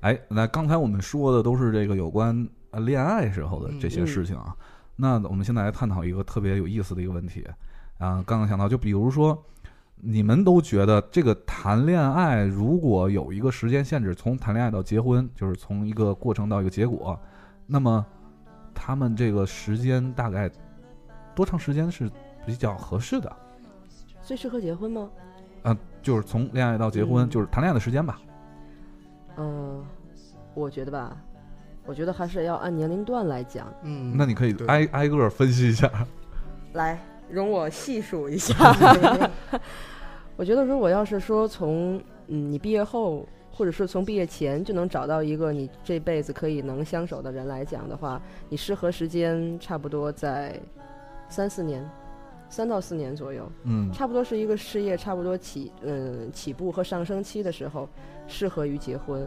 哎，那刚才我们说的都是这个有关呃恋爱时候的嗯这些事情啊。那我们现在来探讨一个特别有意思的一个问题啊、刚刚想到，就比如说，你们都觉得这个谈恋爱如果有一个时间限制，从谈恋爱到结婚，就是从一个过程到一个结果，那么他们这个时间大概多长时间是比较合适的？最适合结婚吗？就是从恋爱到结婚，嗯就是谈恋爱的时间吧。嗯、我觉得吧，我觉得还是要按年龄段来讲。嗯，那你可以对挨挨个分析一下。来，容我细数一下。 我觉得，如果要是说从嗯你毕业后，或者是从毕业前就能找到一个你这辈子可以能相守的人来讲的话，你适合时间差不多在三四年，三到四年左右。嗯差不多是一个事业差不多起嗯起步和上升期的时候，适合于结婚，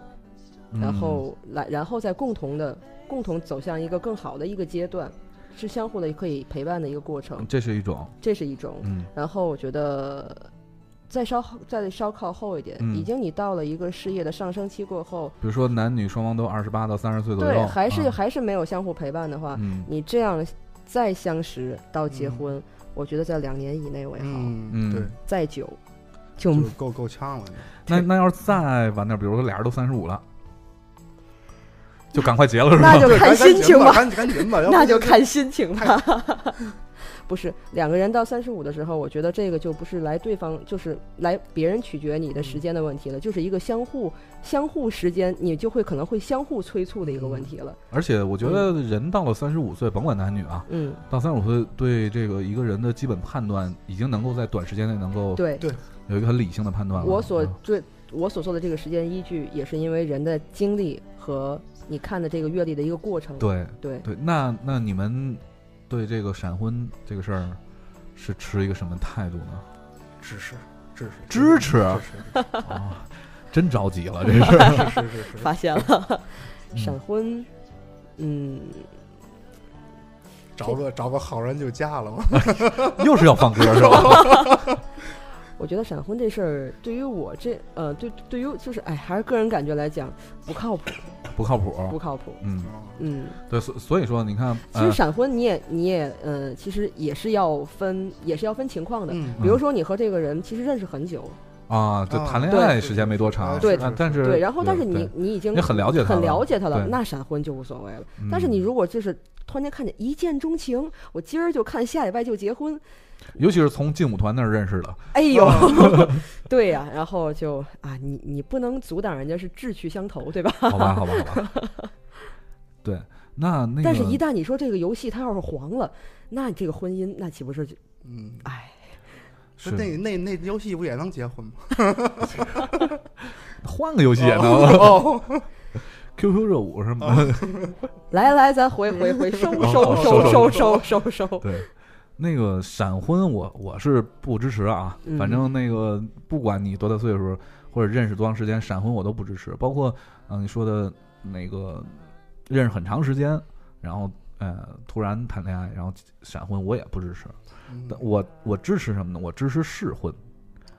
嗯然后来然后再共同的共同走向一个更好的一个阶段，是相互的可以陪伴的一个过程嗯，这是一种，这是一种。嗯然后我觉得再稍后再稍靠后一点，嗯已经你到了一个事业的上升期过后，比如说男女双方都二十八到三十岁左右，对，还是、啊还是没有相互陪伴的话，嗯你这样再相识到结嗯婚，我觉得在两年以内为好，嗯嗯，对，再久就就是够够呛了 就。那那要是再晚点，比如说俩人都三十五了， 就赶快结了是吧？ 那就看心情吧，赶紧赶紧吧，要不那就看心情吧。 不是两个人到三十五的时候，我觉得这个就不是来对方，就是来别人取决你的嗯时间的问题了，就是一个相互相互时间，你就会可能会相互催促的一个嗯问题了。而且我觉得人到了三十五岁，甭管男女啊，嗯，到三十五岁对这个一个人的基本判断，已经能够在短时间内能够对，有一个很理性的判断了。我所嗯最我所做的这个时间依据，也是因为人的经历和你看的这个阅历的一个过程。对对，对，那那你们对这个闪婚这个事儿是持一个什么态度 呢？支持支持支持支啊，真着急了，这是。持支持支持， 发现了嗯闪婚，嗯，找个找个好人就嫁了嘛。嗯又是要放歌是吧？我觉得闪婚这事儿对于我这呃，对对于就是哎，还是个人感觉来讲不靠谱，不靠谱。不靠谱。嗯，嗯，对，所所以说你看，其实呃、闪婚你也你也呃，其实也是要分也是要分情况的。嗯比如说你和这个人其实认识很久，啊，就啊谈恋对爱时间没多长，呃对但但是对，然后但是对你你已经你很了解他很了了解他了，对那闪婚就无所谓了。嗯但是你如果就是突然间看见一见钟情，我今儿就看，下礼拜就结婚，尤其是从劲舞团那儿认识的，哎呦，嗯嗯 对呀、然后就啊，你你不能阻挡人家是志趣相投，对吧？好吧，好吧，好 吧。对，那那个，但是，一旦你说这个游戏它要是黄了，那你这个婚姻那岂不是就嗯，哎？不是那那那游戏不也能结婚吗？换个游戏也能、 哦， QQ 热舞是吗？哦来来，咱回回回收哦收哦收收收收收收，对，那个闪婚我我是不支持啊，嗯反正那个不管你多大岁数或者认识多长时间，闪婚我都不支持。包括嗯、呃你说的那个认识很长时间，然后呃突然谈恋爱，然后闪婚我也不支持。嗯但我我支持什么呢？我支持试婚，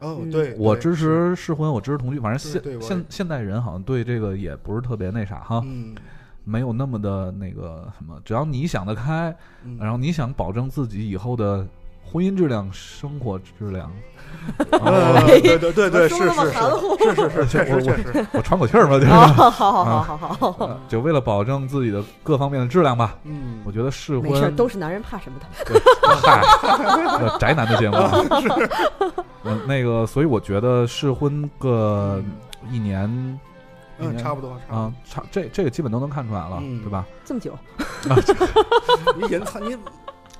哦，嗯对，我对支，持试婚，我支持同居。反正对对现我现也现代人好像对这个也不是特别那啥哈，嗯，没有那么的那个什么，只要你想得开，嗯然后你想保证自己以后的婚姻质量、生活质 量，呃啊对对对 对，怎是么说那么是含 糊是是是，确实确实，我喘口气儿嘛，就是、啊， 好好好好好，呃就为了保证自己的各方面的质量吧。嗯，我觉得试没事儿，婚都是男人怕什么的？嗨，呃宅男的节目 是，嗯，那个，所以我觉得试婚个一年，一嗯，年差不多，差啊，差这这个基本都能看出来了，嗯对吧？这么久，不多，你隐藏你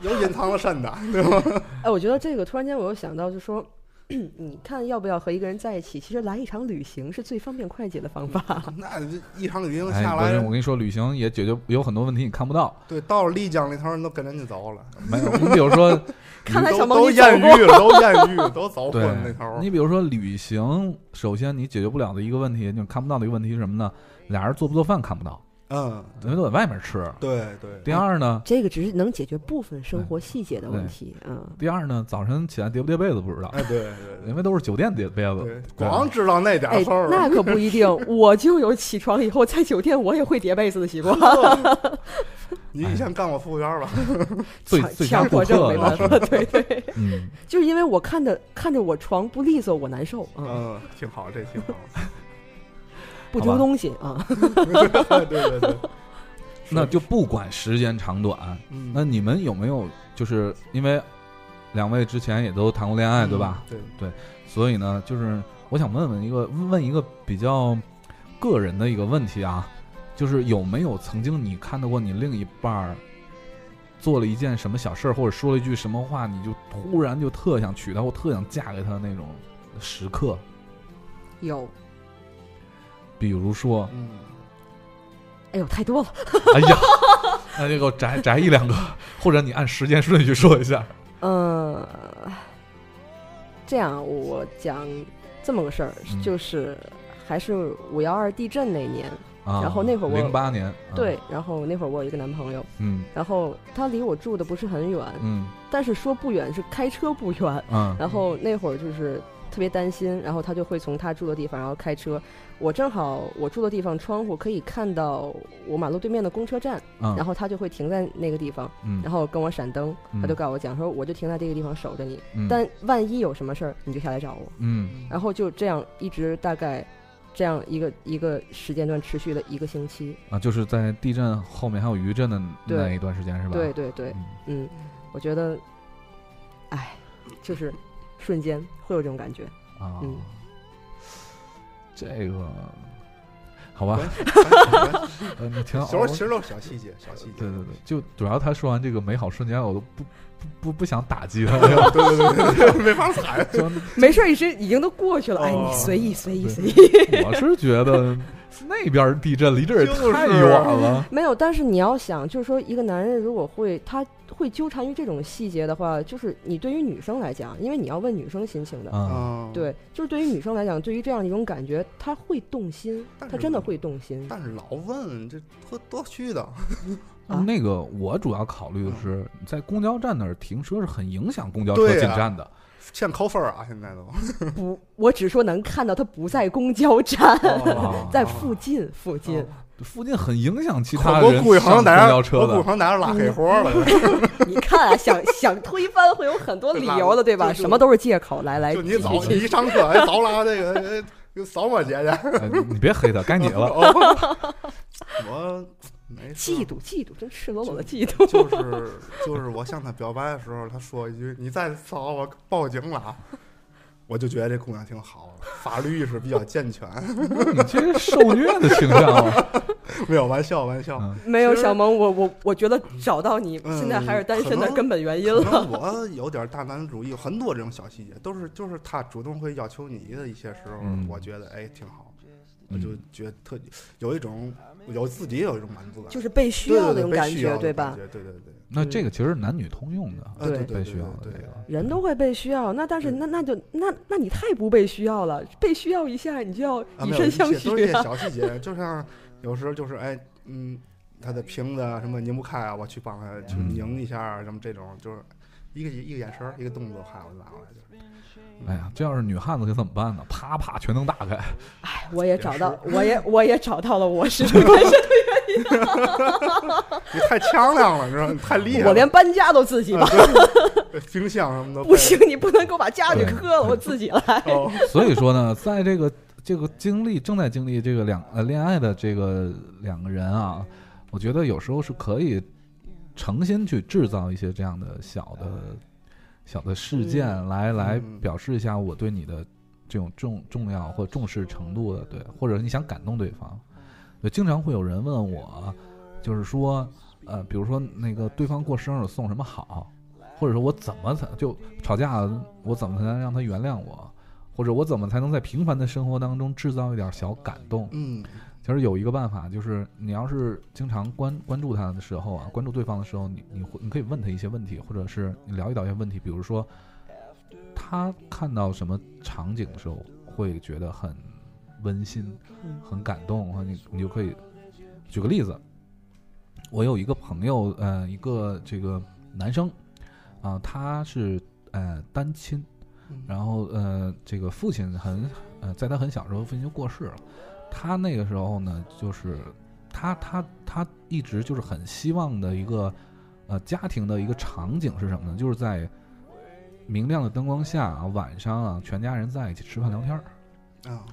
有隐藏了肾的，对吗？哎，我觉得这个突然间我又想到，就说。 你看，要不要和一个人在一起？其实来一场旅行是最方便快捷的 方法。 那一场旅行哎，下不是，我来，跟你说，旅行也解决有很多问题，你看不 到。对，到了丽江那头人都跟人家走了，没有，你比如说，看来都小萌都你走艳过，遇 了，都艳遇了，都 早婚对那头儿，你比如说旅行，首先你解决不了的一个问题，你看不到的一个问题是什么呢？俩人做不做饭看不到，嗯，等于都在外面吃。对对，第二呢，这个只是能解决部分生活细节的问题，嗯，第二呢，早晨起来叠不叠被子不知道，哎对对对因为都是酒店叠被对子，，光知道那点哎儿啊事，儿， 那可不一定，我就有起床以后在酒店我也会叠被子的 习惯，你以前干过服务员吧？哎最强最佳强顾迫症客没办了。法， 对对，嗯，就是因为我看着看着我床不利索，我难受，嗯，嗯，挺好，这挺好。 不好丢吧东西啊， 对对对，那就不管时间长短，嗯那你们有没有就是因为两位之前也都谈过恋爱，对吧？？嗯对，，所以呢，就是我想问问一个问一个比较个人的一个问题啊，就是有没有曾经你看到过你另一半儿做了一件什么小事儿，或者说了一句什么话，你就突然就特想娶她，或特想嫁给她的那种时刻？ 有，比如说嗯，哎呦太多了，哎呀，那就给我摘摘一两个，或者你按时间顺序说一下。嗯，这样我讲这么个事儿嗯，就是还是五幺二地震那年，啊，然后那会儿我零八年，啊，对，然后那会儿我有一个男朋友，嗯然后他离我住的不是很远，嗯但是说不远是开车不远。嗯然后那会儿就是特别担心，然后他就会从他住的地方然后开车。我正好我住的地方窗户可以看到我马路对面的公车站，嗯，然后他就会停在那个地方，嗯然后跟我闪灯，他嗯就告诉我讲说我就停在这个地方守着你，嗯但万一有什么事儿你就下来找我。嗯然后就这样一直大概这样一个一个时间段持续了一个星期。啊，就是在地震后面还有余震的对那一段时间是吧？对对对，嗯嗯，我觉得，哎，就是瞬间会有这种 感觉。啊，嗯这个好吧，呃你挺小好。时候我其实都是小细节，小细节。对对对，就主要他说完这个美好瞬间，我都不不不不想打 击他，对对 对，没法踩。就没事儿，已经已经都过去了，哎，哦你随意随意对随 意。我是觉得那边地震离这儿就也太是远了。没有，但是你要想，就是说，一个男人如果会他会纠缠于这种细节的话，就是你对于女生来讲，因为你要问女生心情的，啊，嗯，。对，就是对于女生来讲，对于这样一种感觉，她会动心，但她是真的会动心。但是老问这多多虚的，啊嗯那个我主要考虑的是，在公交站那儿停车是很影响公交车对进啊站的。欠扣分儿啊！现在都不，我只说能看到她不在公交站，哦 在附近附近。附近很影响其他我人故意上好公像在这儿，交我车故意的好。像在这儿拉黑活儿了，你看啊， 想想推翻会有很多理由的，对 吧？就是什么都是借口。来来，就你早继你续一上课，哎，早拉这个哎，给扫我姐姐。哎你别黑他，该 你了。哦 我没事嫉妒嫉妒，真赤裸裸的嫉妒。就是就是我向他表白的时候，他说一句：“你再骚我报警了啊！”我就觉得这姑娘挺好，法律意识比较健全。 你这是受虐的倾向啊！没有玩笑，玩笑。嗯 没有其实小萌，我我我觉得找到你嗯现在还是单身可的能根本原因可了。能我有点大男子主义，很多这种小细节都是就是他主动会要求你的一些时候，嗯我觉得哎挺好，我嗯就觉得特有一种有自己也有一种满足感，就是被需对要对对的那种被感需觉要，的对感吧？觉对对对，那这个其实是男女通用的，啊对对被对需要的对这对个。人都会被需要，那但是对那那就那那你太不被需要了，被需要一下你就要啊，没以有身一相些都是一许些啊！小细节，就像有时候就是哎，嗯，他的瓶子啊什么拧不开啊，我去帮他去嗯拧一下啊，什么这种就是一个一个眼神儿一个动作，嗨，我就拿过来就是。哎呀，这要是女汉子可怎么办呢？啪啪全能打开，哎，我也找到，我也我也找到了，我 是这个你太强亮了，你知道吗？你太厉害了，我 连搬家都自己吧，冰箱什么都不行，你不能给我把家里对喝了，我自己来。背了。哦 所以说呢，在这个这个经历正在经历这个两呃恋爱的这个两个人啊，我觉得有时候是可以诚心去制造一些这样的小的小的事件嗯来来嗯表示一下我对你的这种重重要或重视程度的，对，或者你想感动对方。就经常会有人问我，就是说，呃，比如说那个对方过生日送什么好，或者说我怎么才就吵架，我怎么才能让他原谅我，或者我怎么才能在平凡的生活当中制造一点小感动？嗯，其实有一个办法，就是你要是经常关关注他的时候啊，关注对方的时候，你你会你可以问他一些问题，或者是你聊一聊一些问题，比如说他看到什么场景的时候会觉得很温馨嗯、很感动，然后你你就可以举个例子，我有一个朋友，呃，一个这个男生，啊、他是呃单亲，然后呃，这个父亲很呃，在他很小时候，父亲就过世了。他那个时候呢，就是他他他一直就是很希望的一个呃家庭的一个场景是什么呢？就是在明亮的灯光下啊，晚上啊，全家人在一起吃饭聊天儿。啊，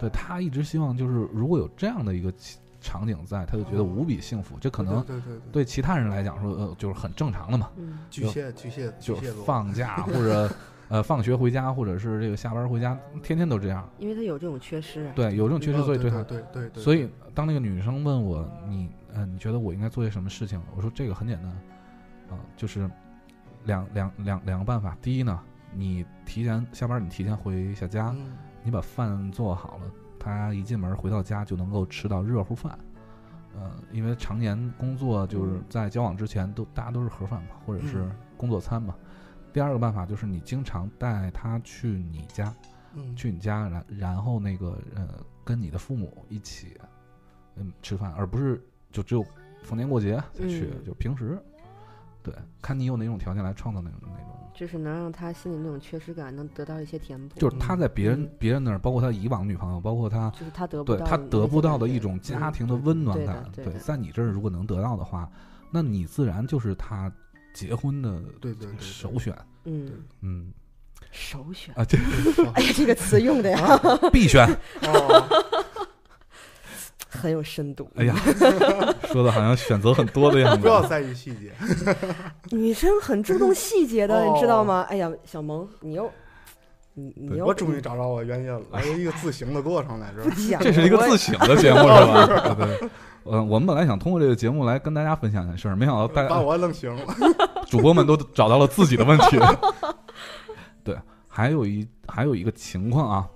对他一直希望就是如果有这样的一个情场景在，他就觉得无比幸福。这可能对对对，对其他人来讲说呃就是很正常的嘛。嗯，巨蟹巨蟹巨就蟹是座，放假或 者呃放学回家，或者是这个下班回家，天天都这样。因为他有这种缺失啊。对，有这种缺失，哦所以对他。对对对，所以当那个女生问我你呃你觉得我应该做些什么事情，我说这个很简单啊、就是两两两两个办法。第一呢，你提前下班，你提前回下家，嗯你把饭做好了，他一进门回到家就能够吃到热乎饭。呃，因为常年工作就是嗯在交往之前都大家都是盒饭嘛，或者是嗯工作餐嘛。第二个办法就是你经常带他去你家，嗯去你家，然然后那个呃跟你的父母一起嗯吃饭，而不是就只有逢年过节才去，嗯就平时。对，看你有哪种条件来创造那种那种就是能让他心里那种缺失感能得到一些填补，就是他在别人、嗯别人那儿，包括他以往女朋友，包括他就是他得不对到他的得那不些到感的一觉种家嗯庭的温暖对的感，对的在你这儿如果能得到的话，那你自然就是他结婚的对对对对首选，嗯，嗯首选。啊，这 哎呀，这个词用的呀必选， 哦，很有深度。哎呀，说的好像选择很多的样不要子，在意细节，女生很注重细 节的，哦你知道吗？哎呀，小萌，你又你 你对又我终于找着我原因了，我有一个自行的过程来 着不。讲了，这是一个我自省的节目是吧？对 对。呃，我们本来想通过这个节目来跟大家分享一件事儿，没想到大把家我弄行 了，主播们都找到了自己的问 题。对，还有一还有一个情况啊，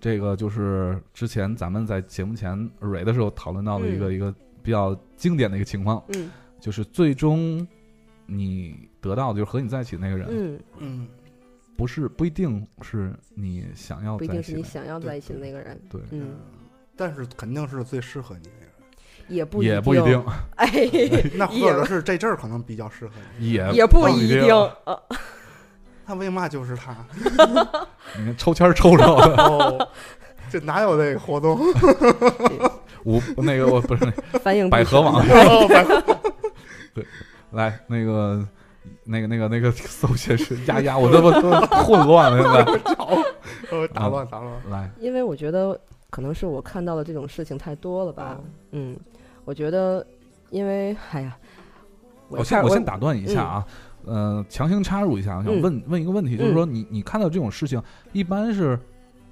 这个就是之前咱们在节目前蕊的时候讨论到的一个、嗯一个比较经典的一个情况，嗯就是最终你得到的就是和你在一起的那个人，哦嗯，嗯，不是不一定是你想要不一在一定是起你的，想要对在一起的那个人，对，嗯，但是肯定是最适合你那个人。也不也不一定， 哎，那或者是这阵儿可能比较适合你，也也不不一定。定，呃那为嘛就是他？ 你看抽签儿抽着的，哦，这哪有这个活 动？我那个我不 是反应百合网。哦百合来，那个，那个，那个，那个，搜些是丫丫，我这不都混乱了， 现哦打乱打乱。在。来，因为我觉得可能是我看到的这种事情太多了吧哦，嗯，我觉觉得因为哎呀，我看先我先打断一下啊，呃，强行插入一下，我想嗯问问一个问题，就是说你你看到这种事情，一般是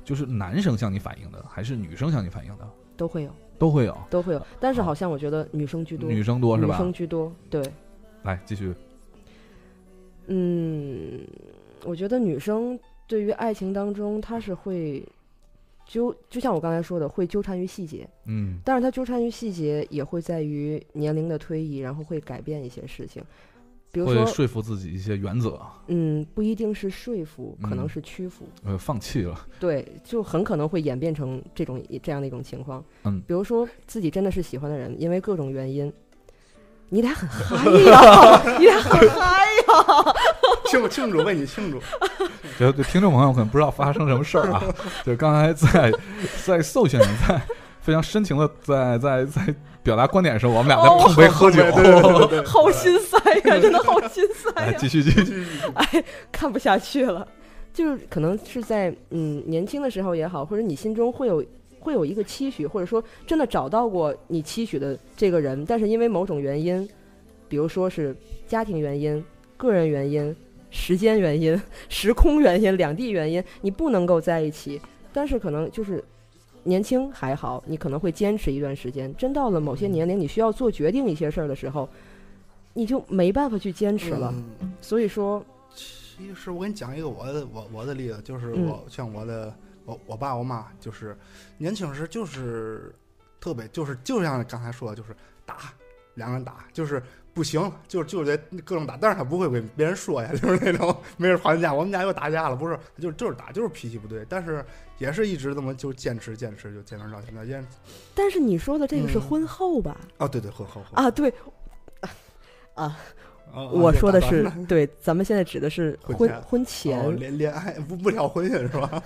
就是男生向你反映的，还是女生向你反映的？都会有都会有，都会有，但是好好像我觉得女生居多，女生多是女吧生？居多，对，来继续，嗯，我觉得女生对于爱情当中，她是会纠，就像我刚才说的，会纠缠于细节。嗯但是她纠缠于细节，也会在于年龄的推移，然后会改变一些事情。比如会说，说服自己一些原则，嗯，不一定是说服，嗯可能是屈服，呃，放弃了，对，就很可能会演变成这种这样的一种情况。嗯比如说自己真的是喜欢的人，因为各种原因，你俩很嗨呀，你俩很嗨呀，庆庆祝，为你庆祝。觉得听众朋友可能不知道发生什么事儿啊，就刚才在在寿选你在非常深情的在在在表达观点的时候，我们俩在碰杯喝酒，对对对 对对，好心塞呀，真的好心塞来呀。哎继续继续，看不下去了， 就是可能是在嗯年轻的时候也好，或者你心中会有会有一个期许，或者说真的找到过你期许的这个人，但是因为某种原因，比如说是家庭原因、个人原因、时间原因、 时空原因、两地原因，你不能够在一起，但是可能就是。年轻还好，你可能会坚持一段时间。真到了某些年龄，你需要做决定一些事儿的时候，你就没办法去坚持了。嗯。所以说，其实我给你讲一个我的我我的例子，就是嗯我、像我的我我爸我妈，就是年轻时就是特别就是就像刚才说的，就是打两个人打，就是不行，就是就得各种打，但是他不会给别人说呀， 就是那种没人还架，我们俩又打架了，不是，就就是打，就是脾气不对，但是也是一直这么就坚持坚持，就坚持到现在，坚持但是你说的这个是嗯婚后吧？哦，对对，很好，啊，对，啊我说的是啊对，咱们现在指的是婚婚前就打婚前完了哦，恋恋爱不不聊婚姻是吧？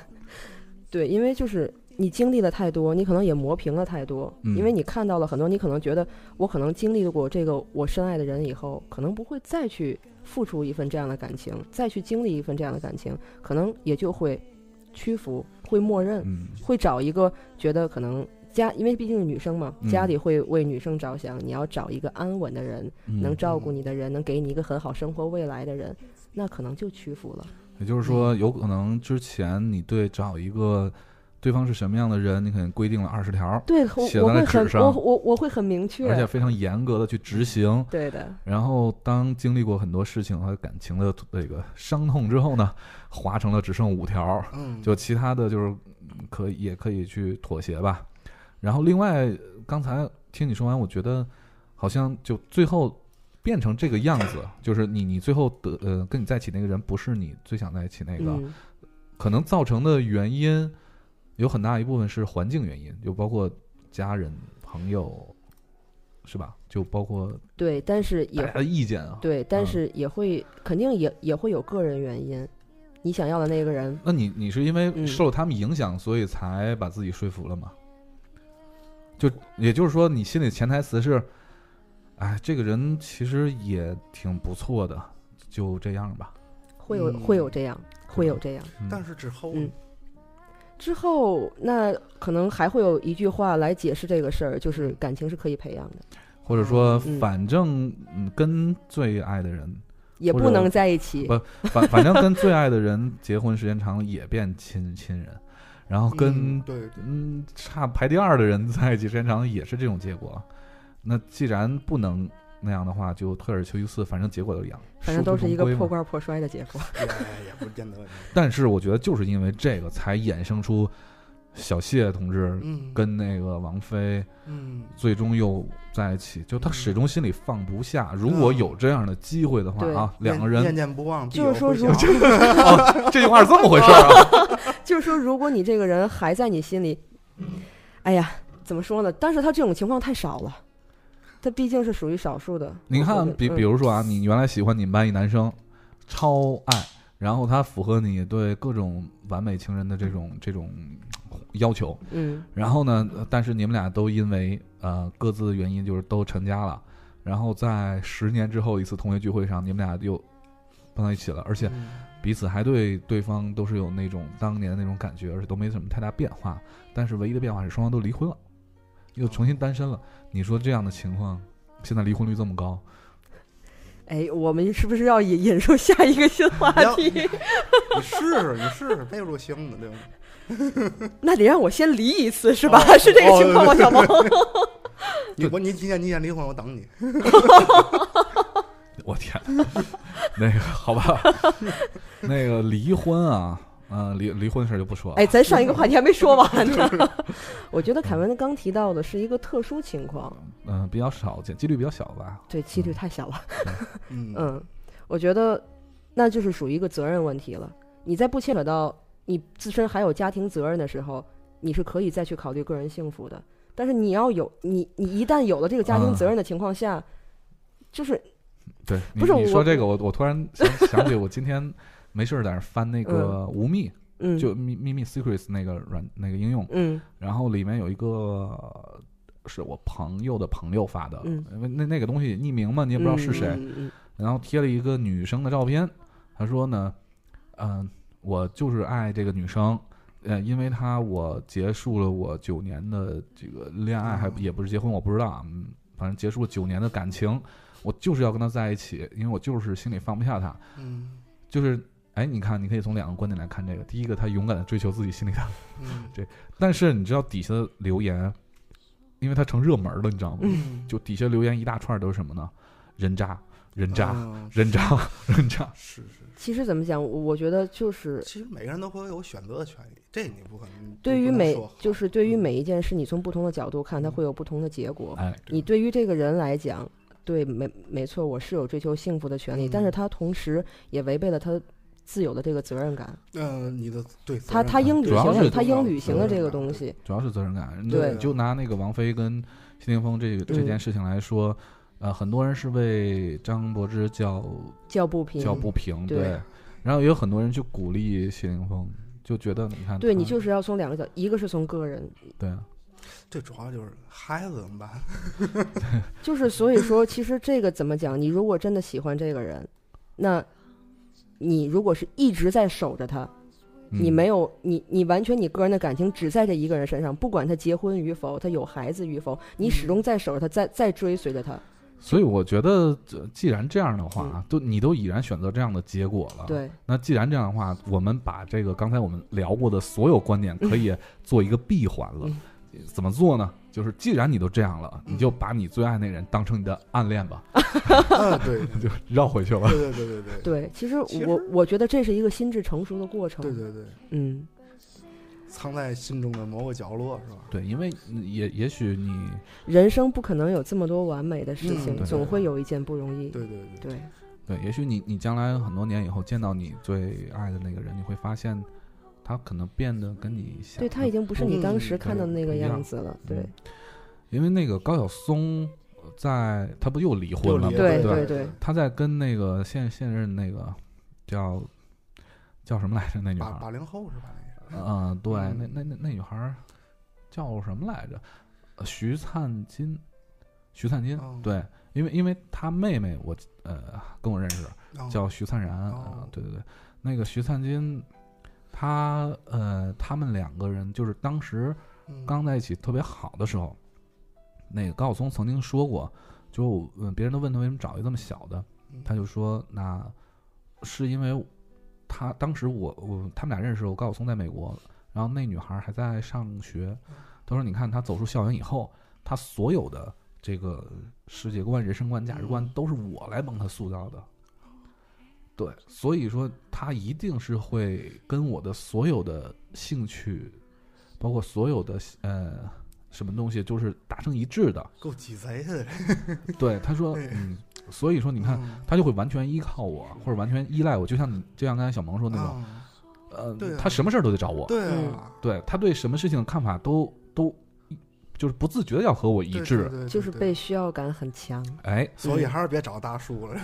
对，因为就是你经历了太多，你可能也磨平了太多，嗯因为你看到了很多，你可能觉得我可能经历过这个我深爱的人以后，可能不会再去付出一份这样的感情，再去经历一份这样的感情，可能也就会屈服，会默认，嗯会找一个觉得可能。家，因为毕竟是女生嘛，家嗯里会为女生着想，你要找一个安稳的人，嗯，能照顾你的人，能给你一个很好生活未来的人，那可能就屈服了。也就是说，有可能之前你对找一个对方是什么样的人，你可能规定了二十条，对，我写我在那会纸很上我我我会很明确，而且非常严格的去执行。对的，然后当经历过很多事情和感情的这个伤痛之后呢，划成了只剩五条，嗯，就其他的就是可以也可以去妥协吧。然后另外，刚才听你说完，我觉得好像就最后变成这个样子，就是你你最后得呃跟你在一起那个人不是你最想在一起那个，嗯，可能造成的原因有很大一部分是环境原因，就包括家人、朋友，是吧？就包括对，但是大也家的意见啊。对，但嗯是也会肯定也也会有个人原因，你想要的那个人，那你你是因为嗯受了他们影响，所以才把自己说服了吗？就也就是说，你心里潜台词是，哎，这个人其实也挺不错的，就这样吧。会有、嗯会有这样，会有这样。嗯但是之后嗯之后，那可能还会有一句话来解释这个事儿，嗯就是感情是可以培养的，或者说，嗯反正嗯跟最爱的人也或不者能在一起不。反反正跟最爱的人结婚时间长了也变亲亲人，然后跟嗯对对嗯差排第二的人在一起时间长了也是这种结果。那既然不能那样的话，就退而求其次，反正结果都一样，反正都是一个殊途同破归嘛。罐破摔的结果。哎也也不见得，但是我觉得就是因为这个，才衍生出小谢同志嗯，跟那个王菲嗯最终又在一起，就他始终心里放不下。如嗯果有这样的机会的话啊，念两个人念念不忘，必有就是说回如响这句话是这么回事儿啊？就是说，如果你这个人还在你心里，哎呀，怎么说呢？但是他这种情况太少了，他毕竟是属于少数的。你我觉看得，比嗯比如说啊，你原来喜欢你们班一男生，超爱，然后他符合你对各种完美情人的这种这种嗯要求，嗯，然后呢，呃但是你们俩都因为呃各自的原因，就是都成家了，然后在十年之后一次同学聚会上，你们俩又碰到一起了，而且嗯彼此还对对方都是有那种当年的那种感觉，而且都没什么太大变化，但是唯一的变化是双方都离婚了，又重新单身了。你说这样的情况，现在离婚率这么高？哎，我们是不是要引引入下一个新话不要题？ 你试试，你试试，没有路行的，对吧？那得让我先离一次是吧？哦是这个情 况吗，小萌？你我你今天你先离婚，我等 你。我天， 那个好吧，那个离婚啊，嗯、离离婚的事儿就不说了。 哎，咱上一个话题还没说完呢。 我觉得凯文刚提到的是一个特殊情况，嗯、比较少见，几率比较小吧。对，几率太小了。嗯嗯，我觉得那就是属于一个责任问题了。你在不牵扯到你自身还有家庭责任的时候，你是可以再去考虑个人幸福的。但是你要有你，你一旦有了这个家庭责任的情况下，就是对，你不是你我说这个，我我突然想想起我今天没事儿在那儿翻那个无密， 嗯，就秘秘密 secrets 那个软那个应用，嗯然后里面有一个是我朋友的朋友发的，嗯因为那那个东西匿名嘛，你也不知道是谁，嗯嗯然后贴了一个女生的照片，他说呢，嗯、我就是爱这个女生，呃，因为她我结束了我九年的这个恋爱，还嗯也不是结婚，我不知道，啊，嗯，反正结束了九年的感情，我就是要跟她在一起，因为我就是心里放不下她，嗯就是。哎，你看，你可以从两个观点来看这个。第一个，她勇敢的追求自己心里的， 嗯但是你知道底下的留言，因为她成热门了，你知道吗？嗯，就底下留言一大串都是什么呢？人渣，人渣，嗯人渣， 人渣。是是。其实怎么讲，我我觉得就是其实每个人都会有选择的权利，这你不可能。对于每不能说嗯就是对于每一件事，你从不同的角度看，它会有不同的结果。哎，你对于这个人来讲，对，没没错，我是有追求幸福的权利，嗯但是他同时也违背了他自有的这个责任感。嗯，你的对他他应履主要行是的，他应履行的责这个东，西，主要是责任感。你对你就拿那个王菲跟谢霆锋这个这嗯件事情来说，呃，很多人是为张柏芝叫叫不平。叫不平，嗯对对。然后也有很多人去鼓励谢霆锋，就觉得你看，对你他就是要从两个角，一个是从个人，对啊，这主要就是孩子怎么办？ 就是所以说，其实这个怎么讲？你如果真的喜欢这个人，那，你如果是一直在守着他，嗯你没有你你完全你个人的感情只在这一个人身上，不管他结婚与否，他有孩子与否，嗯你始终在守着他，在在追随着啊他。所以我觉得，这既然这样的话，都你都已然选择这样的结果了，。嗯对，那既然这样的话，我们把这个刚才我们聊过的所有观点可以做一个闭环了。嗯怎么做呢？就是既然你都这样了，嗯你就把你最爱那人当成你的暗恋吧，嗯，对 就绕回去了。对对对对对对，其实其实我我觉得这是一个心智成熟的过程。对对对，嗯，藏在心中的某个角落是吧？对，因为也也许你人生不可能有这么多完美的事嗯情，对总会有一件不容易。对对对，对对，也许你你将来很多年以后见到你最爱的那个人，你会发现他可能变得跟你想对，他已经不是你当时看到的那个样子了。对对因为那个高晓松呃在他不又离婚了吗？又离对对吧对对对，他在跟那个现现任那个叫叫什么来着那女孩八儿，八零后是吧？那个嗯、对，嗯那那那那女孩儿叫什么来着？呃徐灿金，徐灿金，哦对，因为因为她妹妹我呃跟我认识，哦叫徐灿然，哦啊，对对对，那个徐灿金，他呃他们两个人就是当时嗯刚在一起特别好的时候，那个高晓松曾经说过，就嗯别人都问他为什么找一个这么小的，嗯他就说那是因为他当时我我他们俩认识，我高晓松在美国，然后那女孩还在上学，他说你看他走出校园以后，他所有的这个世界观、人生观、价值观嗯都是我来帮他塑造的。对，所以说他一定是会跟我的所有的兴趣，包括所有的呃什么东西，就是达成一致的。够鸡贼的，对，他说，哎嗯，所以说你看，嗯他就会完全依靠我，或者完全依赖我，就像你，就像刚才小萌说那种，啊呃，对啊他什么事儿都得找我，对啊，嗯对他对什么事情的看法都都就是不自觉的要和我一对致对，对对就是对被嗯需要感很强。哎，所以啊还是别找大叔 了，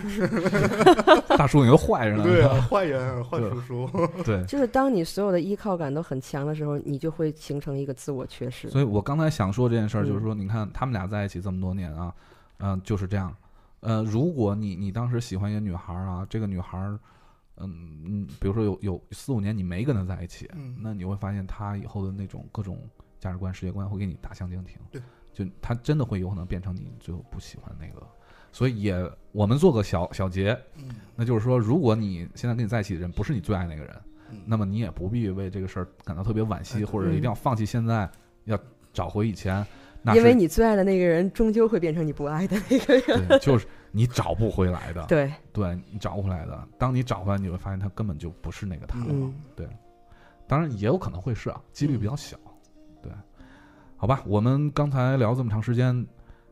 大叔你又坏着呢， 对啊，坏人坏对叔叔， 对就是当你所有的依靠感都很强的时候，你就会形成一个自我缺失。所以我刚才想说这件事儿，嗯就是说，你看他们俩在一起这么多年啊，嗯、就是这样，呃，如果你你当时喜欢一个女孩儿啊，这个女孩儿，嗯嗯，比如说有有四五年你没跟她在一起，嗯那你会发现她以后的那种各种价值观、世界观会给你大相径庭，对，就她真的会有可能变成你最后不喜欢的那个，所以也我们做个小小结，嗯那就是说，如果你现在跟你在一起的人不是你最爱那个人。嗯那么你也不必为这个事儿感到特别惋哎惜，对或者一定要放弃现在，要找回以前。那因为是你最爱的那个人，终究会变成你不爱的那个人。对， 就是你找不回来的，对，对你找不回来的。当你找回来，你会发现他根本就不是那个他了。嗯，当然也有可能会是啊，几率比较小。对，好吧，我们刚才聊这么长时间，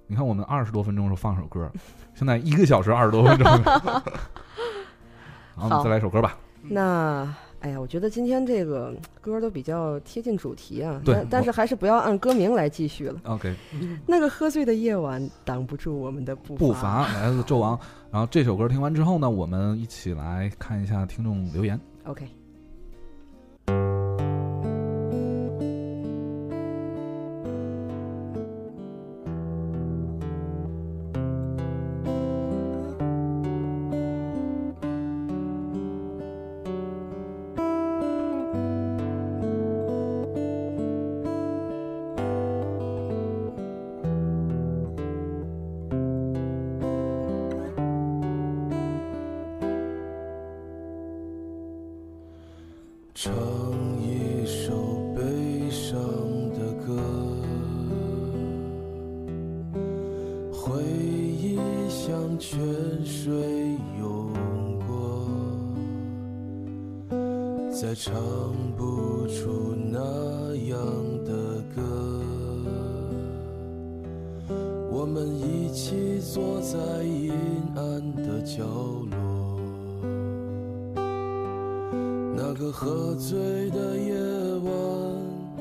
你看我们二十多分钟的时候放首 歌，现在一个小时二十多分钟，好，我们好再来一首歌吧。那哎呀，我觉得今天这个歌都比较贴近主题啊，对但但我是还是不要按歌名来继续了。 OK，那个喝醉的夜晚挡不住我们的步伐。步伐来自纣王。然后这首歌听完之后呢，我们一起来看一下听众留言。 OK，唱一首悲伤的歌，回忆像泉水涌过，再唱不出那样的歌。我我们一起坐在阴暗的角落。那个喝醉的夜晚，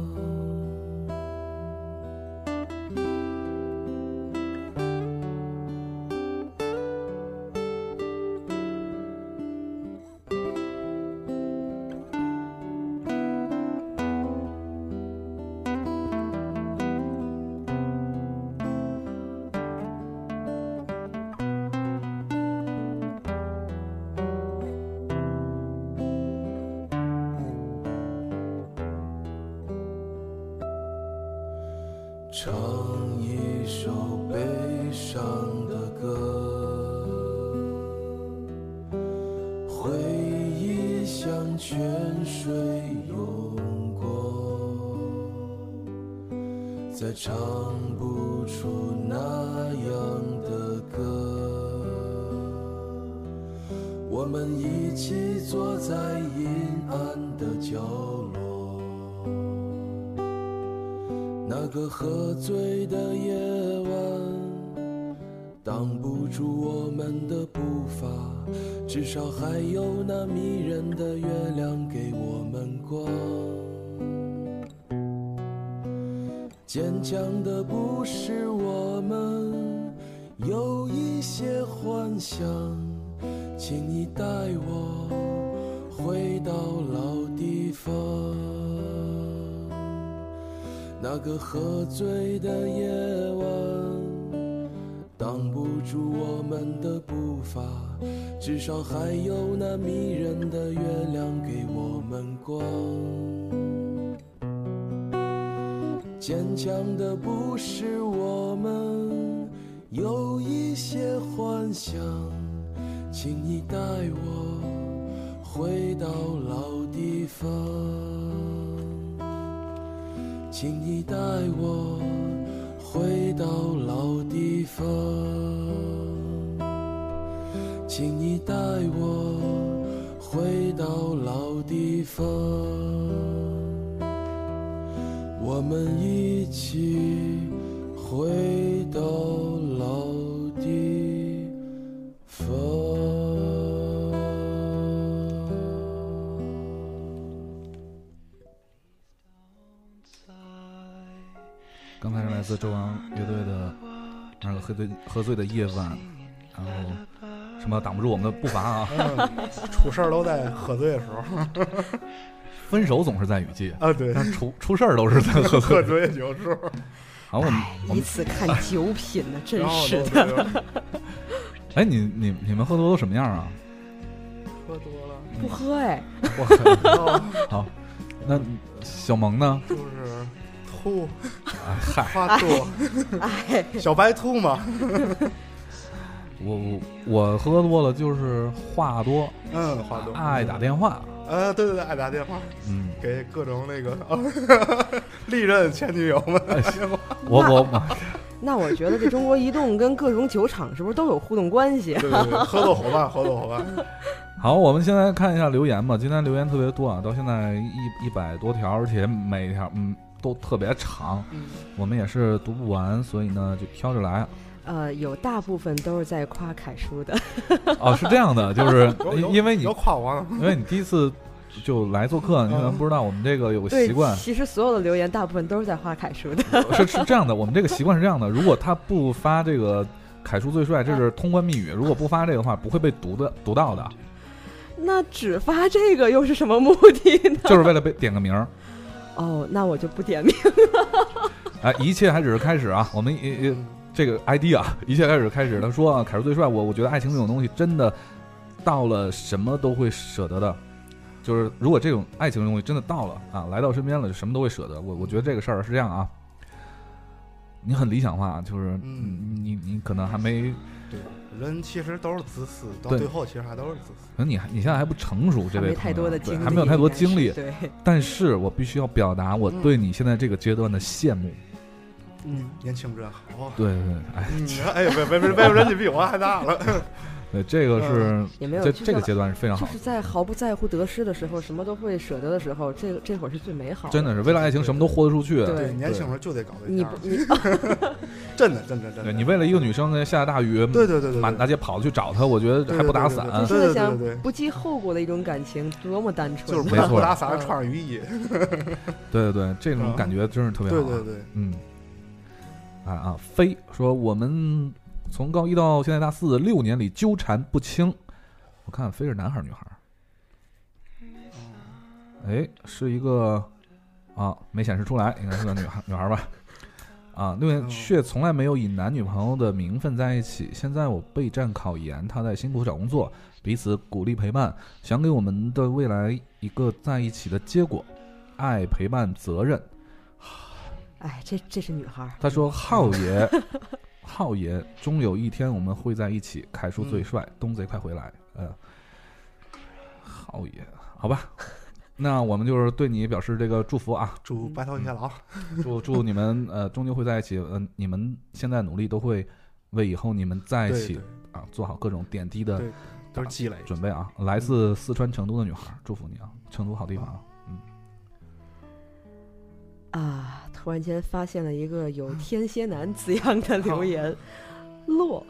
唱一首悲伤的歌，回忆像泉水涌过，再唱不出那样的歌。我们一起坐在阴暗的角落。那个喝醉的夜晚，挡不住我们的步伐，至少还有那迷人的月亮给我们光。坚强的不是我们，有一些幻想，请你带我回到老地方。那个喝醉的夜晚，挡不住我们的步伐，至少还有那迷人的月亮给我们光。坚强的不是我们，有一些幻想，请你带我回到老地方。请你带我回到老地方，请你带我回到老地方，我们一起回到老地方。刚才是来自周王乐队的《那个喝醉喝醉的夜晚》，然后什么挡不住我们的步伐啊？嗯，出事儿都在喝醉的时 候分手总是在雨季，啊，对，但出出事儿都是在喝醉 喝。醉有时候，然后我们我一们次看九品呢，真然后是都的。 对哎，你你你们喝多都什么样啊？喝多了，不喝哎，我靠，然后好，那小萌呢？就是吐哎嗨，发作，哎，小白兔嘛，我我我喝多了就是话多，嗯，花多，爱打电话，啊，对对对，爱打电话嗯。给各种那个 啊历任前女友们打电话，我我我那我觉得这中国移动跟各种酒厂是不是都有互动关 系？对对对， 合作伙伴，合作伙伴， 好，我们先来看一下留言吧。今天留言特别多啊，到现在一一百多条，而且每条嗯都特别长，嗯我们也是读不完，所以呢就挑着来。呃，有大部分都是在夸凯叔的，哦，是这样的，就是有有因为你有夸我呢，因为你第一次就来做客，你可能不知道我们这个有个对习惯，其实所有的留言大部分都是在夸凯叔的。 是是这样的，我们这个习惯是这样的，如果他不发这个。凯叔最帅，这是通关密语。如果不发这个的话，不会被读的读到的，那只发这个又是什么目的呢？ 就是为了被点个名儿。哦，那我就不点名。哎，一切还只是开始啊！我们也也这个 ID 啊，一切开始开始。他说啊，凯叔最帅，我我觉得爱情这种东西真的到了什么都会舍得的，就是如果这种爱情的东西真的到了啊，来到身边了，就什么都会舍得。我我觉得这个事儿是这样啊。你很理想化，就是嗯你你可能还没，对，人其实都是自私，到对最后其实还都是自私。可能你还你现在还不成熟，这还位没朋太友啊多的对经历，还没有太多应该是经历。对，但是我必须要表达我对你现在这个阶段的羡慕。嗯，年轻真好，对对对，哎，嗯， 哎，别别别别，人你比我还大了，对这个是也呃没有这就这个像阶段是非常就好是的，在毫不在乎得失的时候，什么都会舍得的时候，这这会儿是最美好真的是为了爱情什么都豁得出去。对对，年轻时候就得搞对你象不，你真的真的真对的，你为了一个女生在下大雨，对对对对对，满大街跑去找她，我觉得还不打伞。对对对对对真的对想对对不计后果的一种感情，多么单纯！就是不没打错不打伞，穿上雨衣，对对对，这种嗯感觉真是特别好对啊。对对，嗯，啊啊，飞说我们从高一到现在大四六年里纠缠不清。我看飞是男孩儿女孩儿？哎，是一个啊，没显示出来，应该是个女孩女孩儿吧？啊，六年哦却从来没有以男女朋友的名分在一起。现在我备战考研，他在辛苦找工作，彼此鼓励陪伴，想给我们的未来一个在一起的结果。爱、陪伴、责任，哎，这这是女孩儿，他说：“嗯浩爷， 浩爷，终有一天我们会在一起。凯叔最帅，嗯东贼快回来。”呃，浩爷，好吧， 那我们就是对你表示这个祝福 啊，祝白头偕老，祝祝你们呃终究会在一起。嗯、你们现在努力都会为以后你们在一对起对，啊做好各种点滴的对都是积累。准备啊。来自四川成都的女孩，祝福你啊，成都好地方啊。啊，突然间发现了一个有“天蝎男”字样的留言，洛。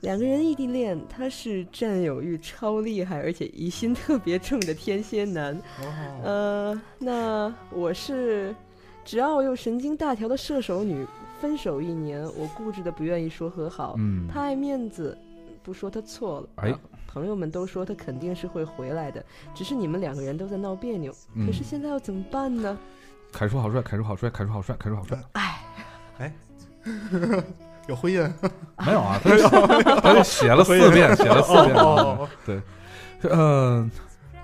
两个人异地恋，他是占有欲超厉害，而且疑心特别重的天蝎男。哦呃，那我是只要有神经大条的射手女。分手一年，我固执的不愿意说和好，嗯他爱面子，不说他错了。哎啊朋友们都说他肯定是会回来的，只是你们两个人都在闹别扭。嗯可是现在要怎么办呢？凯叔好帅，凯叔好帅，凯叔好帅，凯叔好 帅。有回音，没有啊，他就 他就写了四 遍，写了四遍啊。哦，嗯，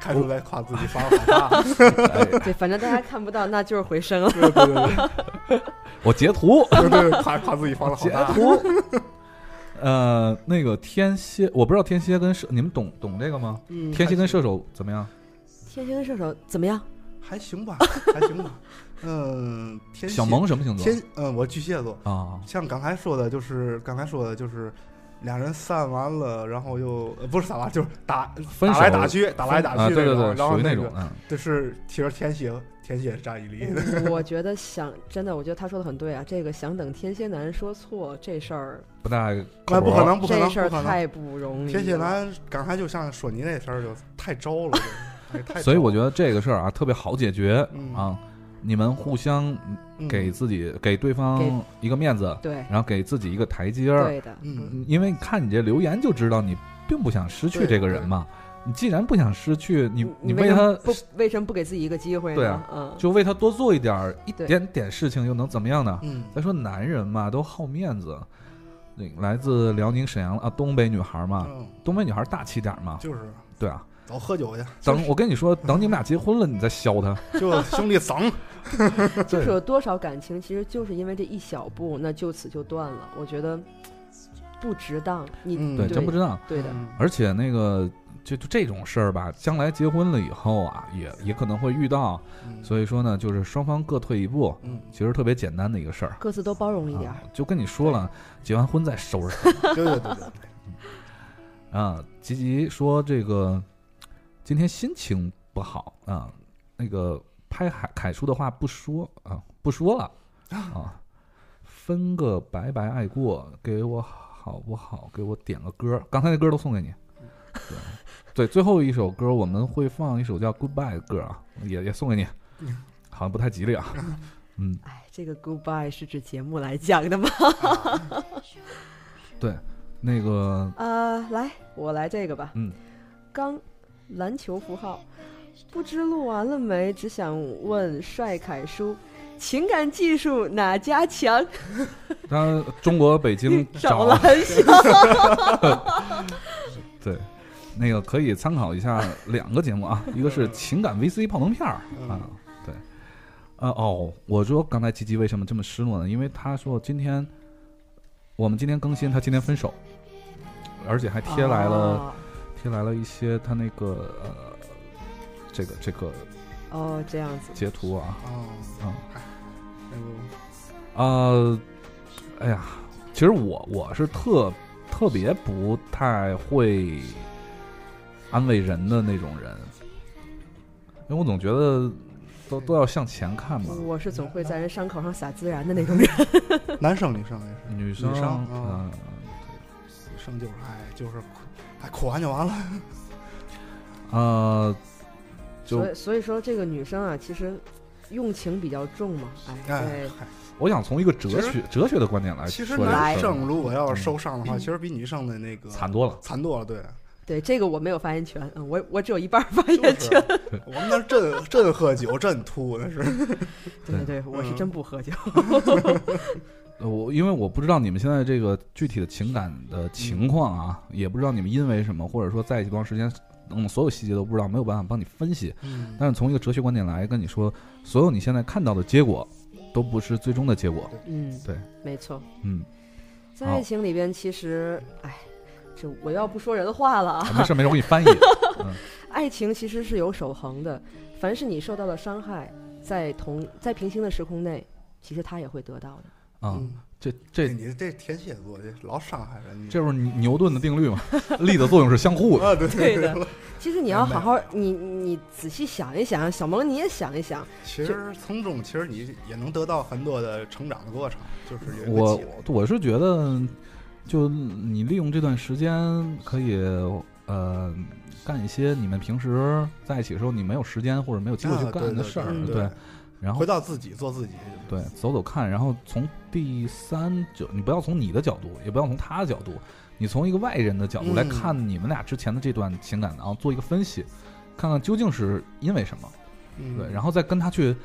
开出来夸自己发挥好大，哎 对，反正大家看不到，那就是回声了。对对对我截图，对对对，夸夸自己发的好截 大，图。呃，那个天蝎，我不知道天蝎跟射，你们懂懂这个吗？嗯，天蝎跟射手怎么样？天蝎跟射手怎么样？还行吧，还行 吧，嗯，天蝎小萌什么星座天，嗯，我巨蟹座，啊？像刚才说的，就是刚才说的，就是俩人散完了，然后又呃不是散完，就是打分手打来打去，打来打啊，去对对那种，对，然后属于那个种，嗯，这是其实天蝎，天蝎占一例。嗯我觉得想真的，我觉得他说的很对啊。这个想等天蝎男说错这事儿，不大那靠不谱可能，不可这能，事儿不可能！太不容易了。天蝎男刚才就像索尼那事儿，就太招了， 就哎太招了。所以我觉得这个事儿啊，特别好解决嗯啊。你们互相得给自己、给对给方一个面子，对然后给自己一个台阶儿，对的，嗯，嗯因为看你这留言就知道你并不想失去对这个人嘛。你既然不想失去，你你为什么他不为什么不给自己一个机会呢？对啊嗯，就为他多做一点儿一对点点事情，又能怎么样呢？嗯再说男人嘛，都好面子。那个来自辽宁沈阳啊，东北女孩嘛，嗯，东北女孩大气点儿嘛，就是对啊。早喝酒去，等我跟你说，等你们俩结婚了，你再削他。就兄弟整。就是有多少感情，其实就是因为这一小步，那就此就断了。我觉得不值当，你、嗯对，真不值当。对的，嗯而且那个就就这种事儿吧，将来结婚了以后啊，也也可能会遇到。嗯所以说呢，就是双方各退一步，嗯，其实特别简单的一个事儿。各自都包容一点儿啊。，就跟你说了，结完婚再收拾对对对对，啊。吉吉说这个今天心情不好啊，那个拍海凯叔的话不说啊，不说了啊，分个白白爱过，给我好不好？给我点个歌，刚才那歌都送给你。对对，最后一首歌我们会放一首叫《Goodbye》的歌啊，也也送给你，好像不太吉利啊。嗯，哎，这个 goodbye 是指节目来讲 的吗？那个啊、来，我来这个吧。嗯，刚，篮球符号，不知录完了没？只想问帅凯叔，情感技术哪家强？当然，中国北京 找找蓝翔。对，那个可以参考一下两个节目啊，一个是情感 VC 泡腾片儿啊嗯，对，呃哦，我说刚才吉吉为什么这么失落呢？因为他说今天我们今天更新，他今天分手，而且还贴来了、哦贴来了一些他那个呃这个这个哦，这样子，截图啊，哦，嗯那个呃，哎呀，其实我我是特特别不太会安慰人的那种人，因为我总觉得都都要向前看嘛。我是总会在人伤口上撒孜然 的那种人。男生女生也是，女生，女生啊嗯，女生就是哎，就是哎，苦完就完了。呃，就所以所以说，这个女生啊，其实用情比较重嘛，哎哎，，嗨我想从一个哲其学哲学的观点来其实哎说这个男事儿生如果要是受伤的话，其实比女生的那个惨多了。惨多了。对， 对对，这个我没有发言权，嗯，我我只有一半儿发就言是权。我们那真真喝酒，真吐，那是。对对对，我是真不喝 酒。呃我因为我不知道你们现在这个具体的情感的情况啊，也不知道你们因为什么，或者说在一起多长时间，嗯，所有细节都不知道，没有办法帮你分析。嗯，但是从一个哲学观点来跟你说，所有你现在看到的结果，都不是最终的结果。嗯，对，没错，嗯，在爱情里边，其实，哎，这我要不说人话了啊。 啊没事没事，我给你翻 译。爱情其实是有守恒的，凡是你受到的伤害，在同在平行的时空内，其实他也会得到的。啊，嗯这这这你这天蝎座这老伤害人，这就是牛顿的定律嘛，力的作用是相互的。啊，对对的对。其实你要好好，你你仔细想一想，小萌你也想一想，其实从中，其实你也能得到很多的成长的过程，就是有一个 我机会我是觉得，就你利用这段时间可以呃干一些你们平时在一起的时候你没有时间或者没有机会去啊干的事儿，对对对对，。然后回到自己做自己，对走走看，然后从第三者，你不要从你的角度，也不要从他的角度，你从一个外人的角度来嗯看你们俩之前的这段情感，然后做一个分析，看看究竟是因为什么，嗯，对，然后再跟他去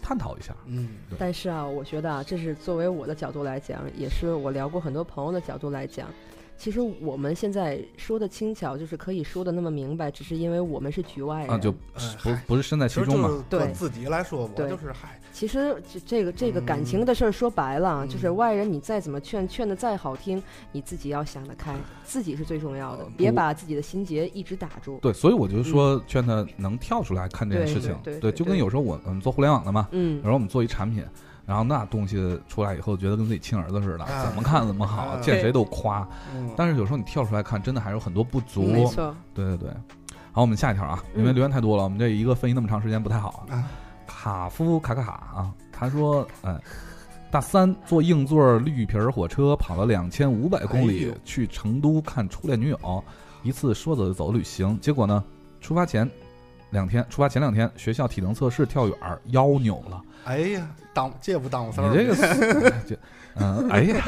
探讨一下。嗯，但是啊，我觉得啊，这是作为我的角度来讲，也是我聊过很多朋友的角度来讲。其实我们现在说的轻巧，就是可以说的那么明白，只是因为我们是局外人。啊，就哎不不是身在其其实中嘛就，是对对自己来说，我对就是嗨，其实这这个这个感情的事儿说白了啊，就是嗯外人你再怎么劝，劝的再好听，你自己要想得开，自己是最重要的呃，别我把自己的心结一直打住。对，所以我就嗯说劝他能跳出来看这件对事对情，对对就对跟有时候我我们做互联网的嘛，嗯然，后我们做一产品，然后那东西出来以后，觉得跟自己亲儿子似的，啊怎么看怎么好，啊见谁都夸。嗯，但是有时候你跳出来看，真的还有很多不足。没错，对对对。好，我们下一条啊，因为嗯留言太多了，我们这一个分析那么长时间不太好。啊卡夫卡卡卡啊，他说，哎，大三坐硬座绿皮儿火车跑了两千五百公哎里呦去成都看初恋女友，一次说走就走的旅行。结果呢，出发前两天，出发前两天学校体能测试跳远儿腰扭了。哎呀，当这不耽误事儿你吗，这个死，这嗯，哎呀，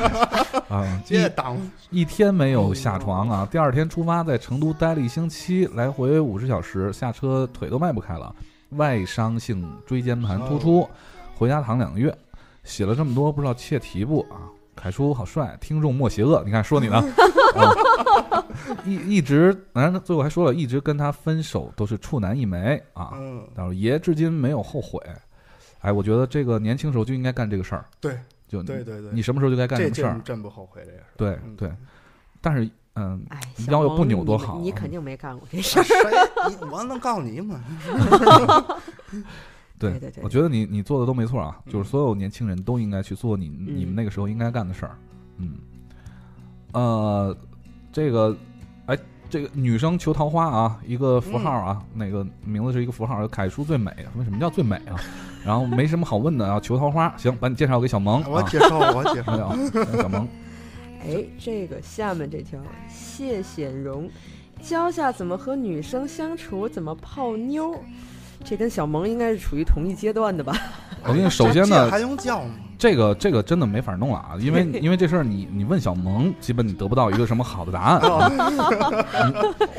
啊，这耽误，一天没有下床哎啊，第二天出发，在成都待了一星期，来回五十小时，下车腿都迈不开了，外伤性椎间盘突哦出，回家躺两个月。写了这么多，不知道切题不啊？凯叔好帅，听众莫邪恶，你看说 你呢，啊一一直，然后最后还说了，一直跟他分手都是处男一枚啊。嗯，然后爷至今没有后悔，哎，我觉得这个年轻时候就应该干这个事儿，对就对对对，你什么时候就该干什这么事儿这，真不后悔，这也是，对嗯对，。但是嗯，哎，腰小要萌不扭你多们好你啊肯定没干过这事啊儿。谁？你我能告诉你吗？对对对对我觉得你你做的都没错啊，嗯就是所有年轻人都应该去做你你嗯们那个时候应该干的事儿，嗯，呃，这个，哎，这个女生求桃花啊，一个嗯符号啊，那个名字是一个符号，凯叔最美，为什么叫最美啊？ 然后没什么好问的啊，求桃花，行，把你介绍给小萌我啊，接受，我接哎受。呀小萌，哎，这个下面这条谢显荣，教下怎么和女生相处，怎么泡妞儿。这跟小萌应该是处于同一阶段的吧？ 我跟你首先呢这还用叫吗？这个这个真的没法弄了啊，因为因为这事儿你你问小萌，基本你得不到一个什么好的答案。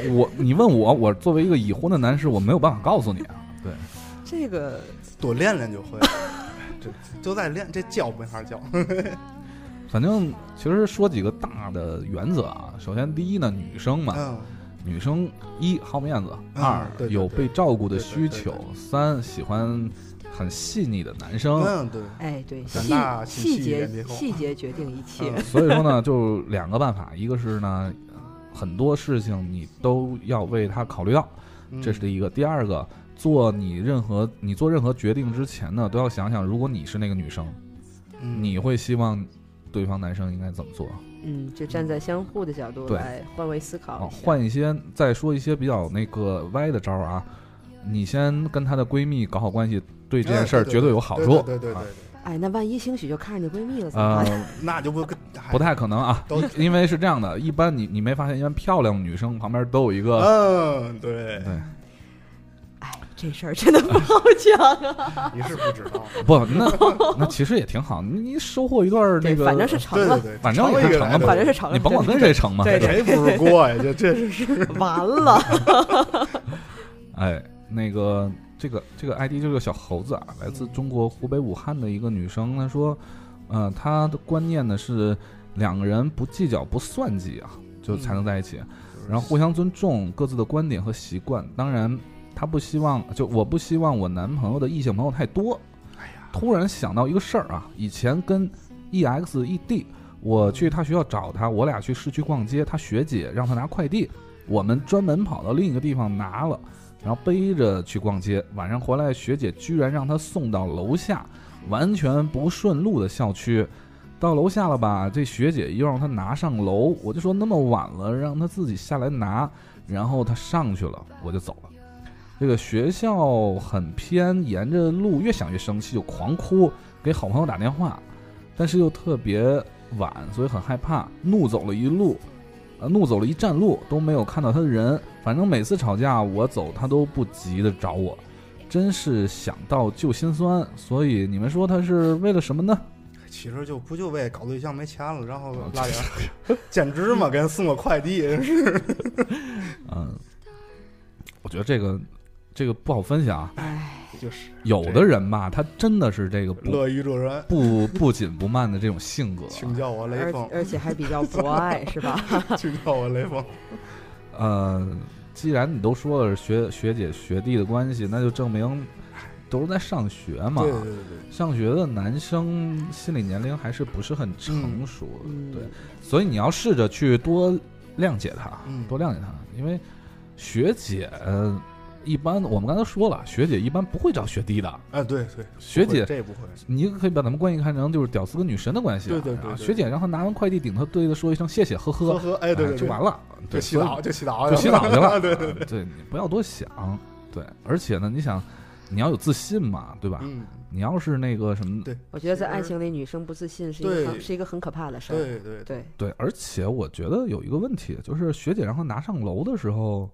你我你问我，我作为一个已婚的男士，我没有办法告诉你啊。对，这个多练练就会，这就在练，这教没法教。反正其实说几个大的原则啊。首先，第一呢，女生嘛，嗯，女生一好面子，嗯二对对有对被照顾的对对需对求对，三喜欢很细腻的男生。嗯，对，哎，对，胆细大心细细眼皮节厚细节决定一切。嗯所以说呢，就两个办法，一个是呢，很多事情你都要为他考虑到，嗯这是第一个。第二个，做你任何你做任何决定之前呢，都要想想，如果你是那个女生，嗯你会希望对方男生应该怎么做？嗯，就站在相互的角度对来换位思啊考一，下。换一些再说一些比较那个歪的招儿啊，你先跟她的闺蜜搞好关系，对这件事儿哎对绝对有好处。对对对对啊对，哎，那万一兴许就看上你闺蜜了怎么呃办？，那就不跟不太可能 啊都，因因为是这样的，一般你你没发现，一般漂亮女生旁边都有一呃个，嗯， 对，对，哎，这事儿真的不好讲啊。你是不知道， 不，那那其实也挺好，你你收获一段儿那对，个，反正是成对对了，对，反正也也是成了对反正是成了，你甭管真跟谁成嘛，对谁不是锅呀？这这是是完 了。哎，那个这个这个 ID 这个小猴子啊，来自嗯中国湖北武汉的一个女生，她说，呃，她的观念呢是两个人不计较不算计啊，就嗯才能在一起，然后互相尊重各自的观点和习惯。当然，她不希望就我不希望我男朋友的异性朋友太多。哎呀，突然想到一个事儿啊，以前跟 E EX ED，我嗯去他学校找他，我俩去市区逛街，他学姐让他拿快递，我们专门跑到另一个地方拿了，然后背着去逛街，晚上回来学姐居然让他送到楼下，完全不顺路的校区。到楼下了吧？这学姐又让他拿上楼，我就说那么晚了，让他自己下来拿。然后他上去了，我就走了。这个学校很偏，沿着路越想越生气，就狂哭，给好朋友打电话，但是又特别晚，所以很害怕，怒走了一路，呃，怒走了一站路都没有看到他的人。反正每次吵架我走，他都不急着找我，真是想到就心酸。所以你们说他是为了什么呢？ 其实就不就为搞对象没钱了，然后哦拉点， 简直嘛，给人送个快递，嗯，我觉得这个这个不好分享啊。哎，就是有的人吧，他真的是这个不乐于助人，不不紧不慢的这种性格啊，请叫我雷而锋，而且还比较博爱，是 吧？请叫我雷锋，呃，既然你都说了是学学姐学弟的关系，那就证明都是在上学嘛。对对对对，上学的男生心理年龄还是不是很成熟，嗯对，所以你要试着去多谅解他，嗯多谅解他，因为学姐。呃一般我们刚才说了，学姐一般不会找学弟的。哎对对，学姐，这不会，你可以把咱们关系看成就是屌丝跟女神的关系啊。对对对啊对学姐让他拿完快递，顶他对他说一声谢谢，呵呵，呵呵，哎 对哎对，就完了。就对，洗澡就洗澡，就洗澡去了。 对对对，啊对，你不要多想。对，而且呢，你想，你要有自信嘛，对吧？嗯，你要是那个什么，对我觉得在爱情里，女生不自信是一个对很是一个很可怕的事儿。对对，对，对，而且我觉得有一个问题，就是学姐让他拿上楼的时候，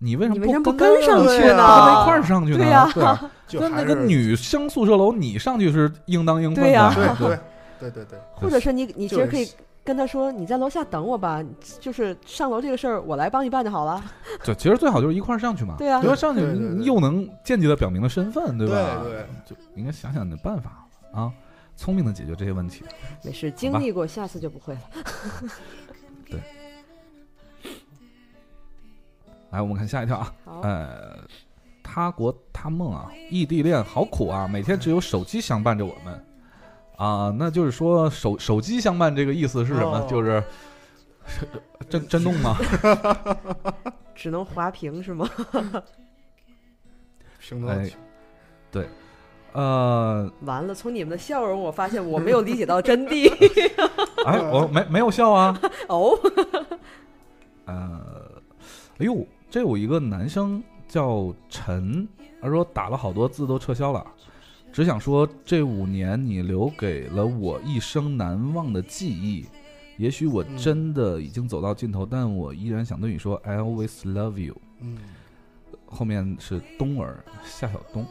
你为什你么为什么不不跟上跟去啊跟他呢一块儿上去呢？对呀对啊，就那还那是个女生宿舍楼，你上去是应当应分对 呀的。对对对对对，或者是你你其就实是可以跟他说，你在楼下等我吧，就是上楼这个事儿我来帮你办就好了。对，其实最好就是一块儿上去嘛。对啊因为上去对对对你又能间接的表明了身份，对吧？对对就应该想想你的办法啊，聪明的解决这些问题。没事，经历过，下次就不会了。来，我们看下一条啊，好，呃，他国他梦啊，异地恋好苦啊，每天只有手机相伴着我们啊、那就是说手手机相伴这个意思是什么？哦就是 震震动吗？只能滑屏是吗？ 平头哎呃，完了，从你们的笑容，我发现我没有理解到真谛。 哎，我没没有笑啊，哦，呃，哎呦，这有一个男生叫陈，他说打了好多字都撤销了，只想说这五年你留给了我一生难忘的记忆。也许我真的已经走到尽头，但我依然想对你说，I always love you。嗯，后面是冬儿夏晓冬，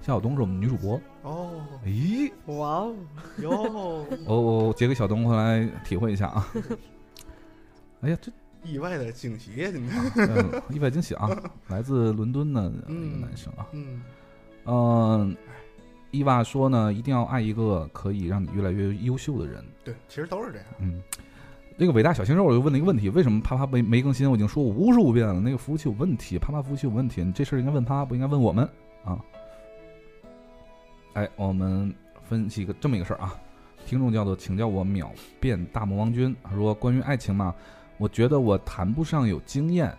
夏晓冬是我们女主播。哦咦，哇哦， 哟，我我截给小东回来体会一下啊。哎呀，这意外的惊喜，你们，嗯，意外惊喜啊！来自伦敦的一个男生啊，嗯，嗯，伊娃说呢，一定要爱一个可以让你越来越优秀的人。对，其实都是这样，嗯，那个伟大小鲜肉我就问了一个问题，为什么啪啪没没更新？我已经说过无数遍了，那个服务器有问题，啪啪服务器有问题，你这事儿应该问他，不应该问我们啊。哎，我们分析一个这么一个事儿啊，听众叫做请叫我秒变大魔王君，他说关于爱情嘛，我觉得我谈不上有经验，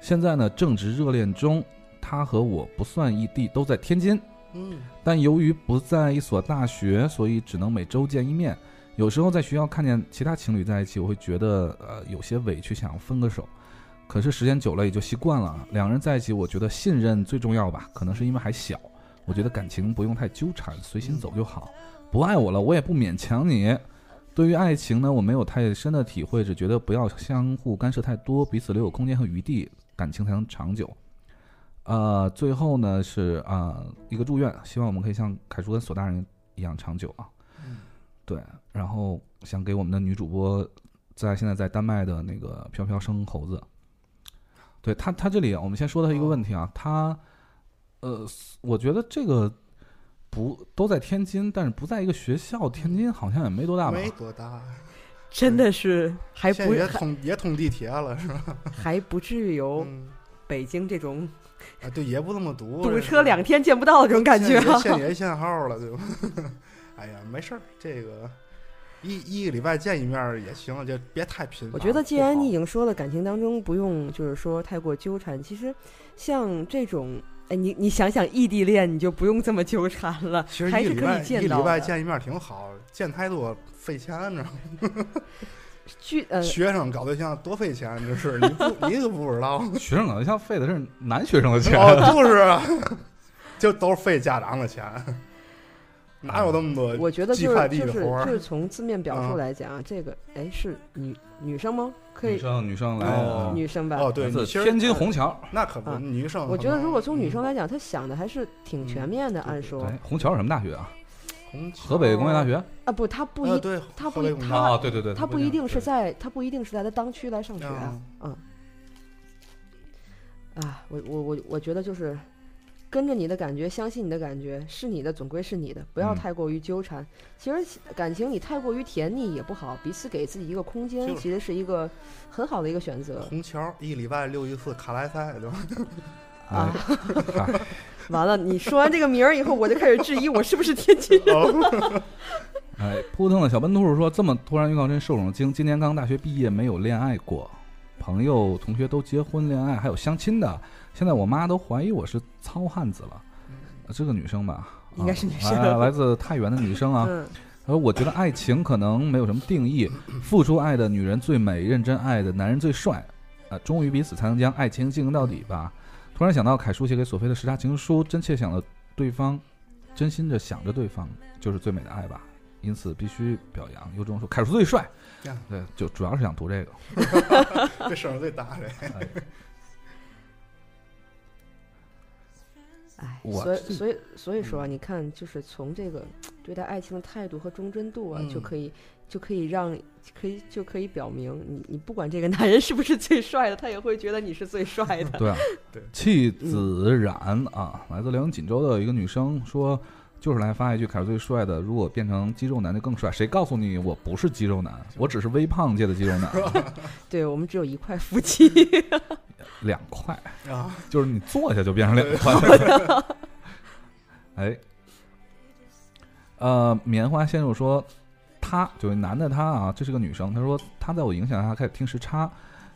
现在呢正值热恋中，他和我不算异地，都在天津。嗯，但由于不在一所大学，所以只能每周见一面。有时候在学校看见其他情侣在一起，我会觉得呃有些委屈，想分个手。可是时间久了也就习惯了。两人在一起，我觉得信任最重要吧。可能是因为还小，我觉得感情不用太纠缠，随心走就好。不爱我了，我也不勉强你。对于爱情呢，我没有太深的体会，只觉得不要相互干涉太多，彼此留有空间和余地，感情才能长久。呃，最后呢是啊、呃一个祝愿，希望我们可以像凯叔跟索大人一样长久啊。嗯对，然后想给我们的女主播在现在在丹麦的那个飘飘生猴子，对他他这里我们先说他一个问题啊，他呃，我觉得这个不都在天津，但是不在一个学校，天津好像也没多大吧？没多大，真的是还哦现不在也通也通地铁了，是吧？还不至于有嗯北京这种啊，对，也不那么堵，堵这车是两天见不到的这种感觉现啊也。限也限号了，对吧？ 哎呀，没事儿，这个一一个礼拜见一面儿也行，就别太频繁。我觉得，既然不好你已经说了，感情当中不用就是说太过纠缠。其实，像这种，哎，你你想想异地恋，你就不用这么纠缠了，其实还一是礼可拜以一见礼到拜的。见一面儿挺好，见太多费钱，你知道吗？据呃，学生搞对象多费钱，这是你不你都不知道，学生搞对象费的是男学生的钱， 哦，就是啊，就都是费家长的钱，嗯哪有那么多？我觉得寄就是快递就的是活儿就是从字面表述啊来讲啊，这个哎是女女生吗？可女以生女啊生来、哦女生吧？哦，对，来你自其实天津虹桥，那可不，啊女生我可觉得能如果从女生嗯来讲，她想的还是挺全嗯面的。对按对说哎，虹桥是什么大学啊？红旗河北工业大学啊，不，她不呃一嗯对，她河不北一工她大啊，对对对，哦她不一定是对在她不一定是在她当区来上学啊。嗯啊，我我我我觉得就是跟着你的感觉，相信你的感觉，是你的总归是你的，不要嗯太过于纠缠。其实感情你太过于甜腻也不好，彼此给自己一个空间，就是其实是一个很好的一个 选择虹桥一礼拜六一次卡莱赛， 对吧？啊。哎嗨完了，你说完这个名儿以后，我就开始质疑我是不是天津人。哦哎，扑腾的小笨兔说：“这么突然预告真受宠惊，今年刚大学毕业，没有恋爱过，朋友同学都结婚恋爱，还有相亲的。现在我妈都怀疑我是糙汉子了。呃这个女生吧，啊应该是女生来来自太原的女生 啊。嗯，而我觉得爱情可能没有什么定义，付出爱的女人最美，认真爱的男人最帅，啊，忠于彼此才能将爱情进行到底吧。突然想到凯叔写给索菲的十大情书，真切想了对方，真心着想着对方，就是最美的爱吧。因此必须表扬，有种说凯叔最帅呀，对，就主要是想读这个。这声儿最大嘞，哎，我所以这所以所以说啊，你看，就是从这个对待爱情的态度和忠贞度啊，就嗯可以就可以让可以就可以表明你你不管这个男人是不是最帅的，他也会觉得你是最帅的。对啊对，气子冉啊，来自辽宁锦州的一个女生说，就是来发一句凯是最帅的，如果变成肌肉男就更帅。谁告诉你我不是肌肉男？我只是微胖界的肌肉男，对我们只有一块 腹肌，两块，啊，就是你坐下就变成两块。哎，呃，棉花先生说，他就是男的他啊，这是个女生，她说她在我影响下开始听时差。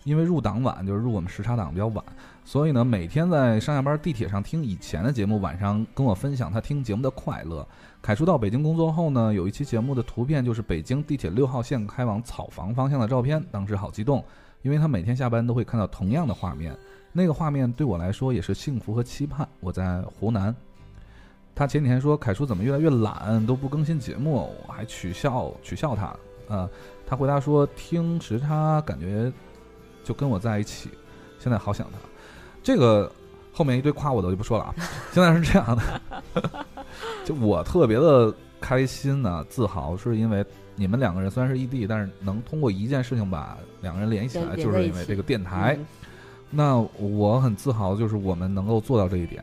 因为入党晚，就是入我们时差档比较晚，所以呢，每天在上下班地铁上听以前的节目，晚上跟我分享他听节目的快乐。凯叔到北京工作后呢，有一期节目的图片就是北京地铁六号线开往草房方向的照片，当时好激动，因为他每天下班都会看到同样的画面，那个画面对我来说也是幸福和期盼。我在湖南。他前几天说凯叔怎么越来越懒，都不更新节目，我还取笑取笑他。呃，他回答说听时差感觉就跟我在一起，现在好想他。这个后面一堆夸我的我就不 说了啊。现在是这样的，就我特别的开心呢、自豪，是因为你们两个人虽然是异地，但是能通过一件事情把两个人联系起来，连连就是在一因为起这个电台。嗯那我很自豪，就是我们能够做到这一点，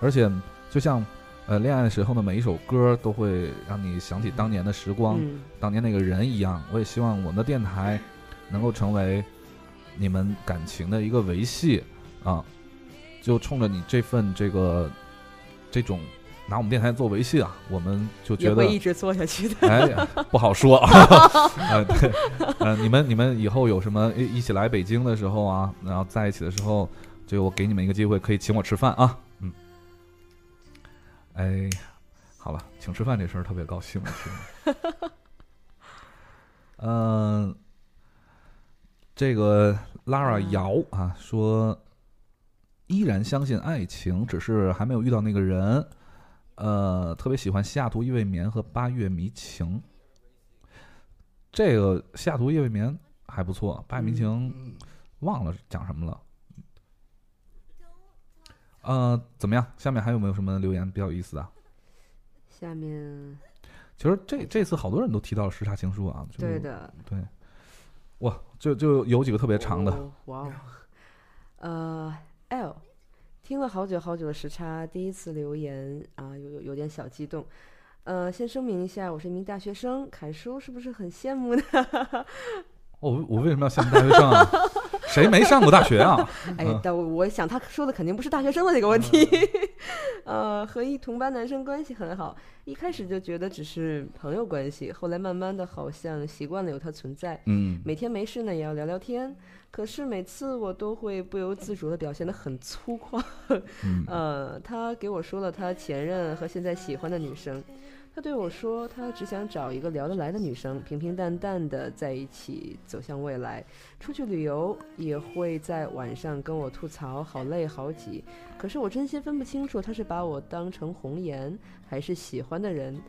而且就像呃恋爱的时候的每一首歌都会让你想起当年的时光，嗯，当年那个人一样。我也希望我们的电台能够成为你们感情的一个维系啊，就冲着你这份这个这种拿我们电台做维系啊，我们就也觉得会一直做下去的。哎，不好说啊。呃，对，呃，你们你们以后有什么一一起来北京的时候啊，然后在一起的时候，就我给你们一个机会，可以请我吃饭啊。嗯，哎，好了，请吃饭这事儿特别高兴，啊我听着。嗯、这个 Lara 姚啊说，依然相信爱情，只是还没有遇到那个人。呃，特别喜欢西雅图夜未眠和八月迷情。这个西雅图夜未眠还不错，八月迷情嗯，忘了讲什么了。呃，怎么样？下面还有没有什么留言比较有意思的？下面其实这这次好多人都提到了时差情书啊，就对的，对，哇，就就有几个特别长的，哦哇哦，呃，L。听了好久好久的时差，第一次留言啊，有有有点小激动。呃，先声明一下，我是一名大学生，凯叔是不是很羡慕呢？ 我我为什么要羡慕大学生啊？谁没上过大学啊？哎嗯，但我我想他说的肯定不是大学生的那个问题。 呃，和一同班男生关系很好，一开始就觉得只是朋友关系，后来慢慢的好像习惯了有他存在，嗯，每天没事呢也要聊聊天。可是每次我都会不由自主的表现得很粗犷。嗯呃，他给我说了他前任和现在喜欢的女生，他对我说他只想找一个聊得来的女生，平平淡淡的在一起走向未来。出去旅游也会在晚上跟我吐槽好累好挤，可是我真心分不清楚他是把我当成红颜还是喜欢的人。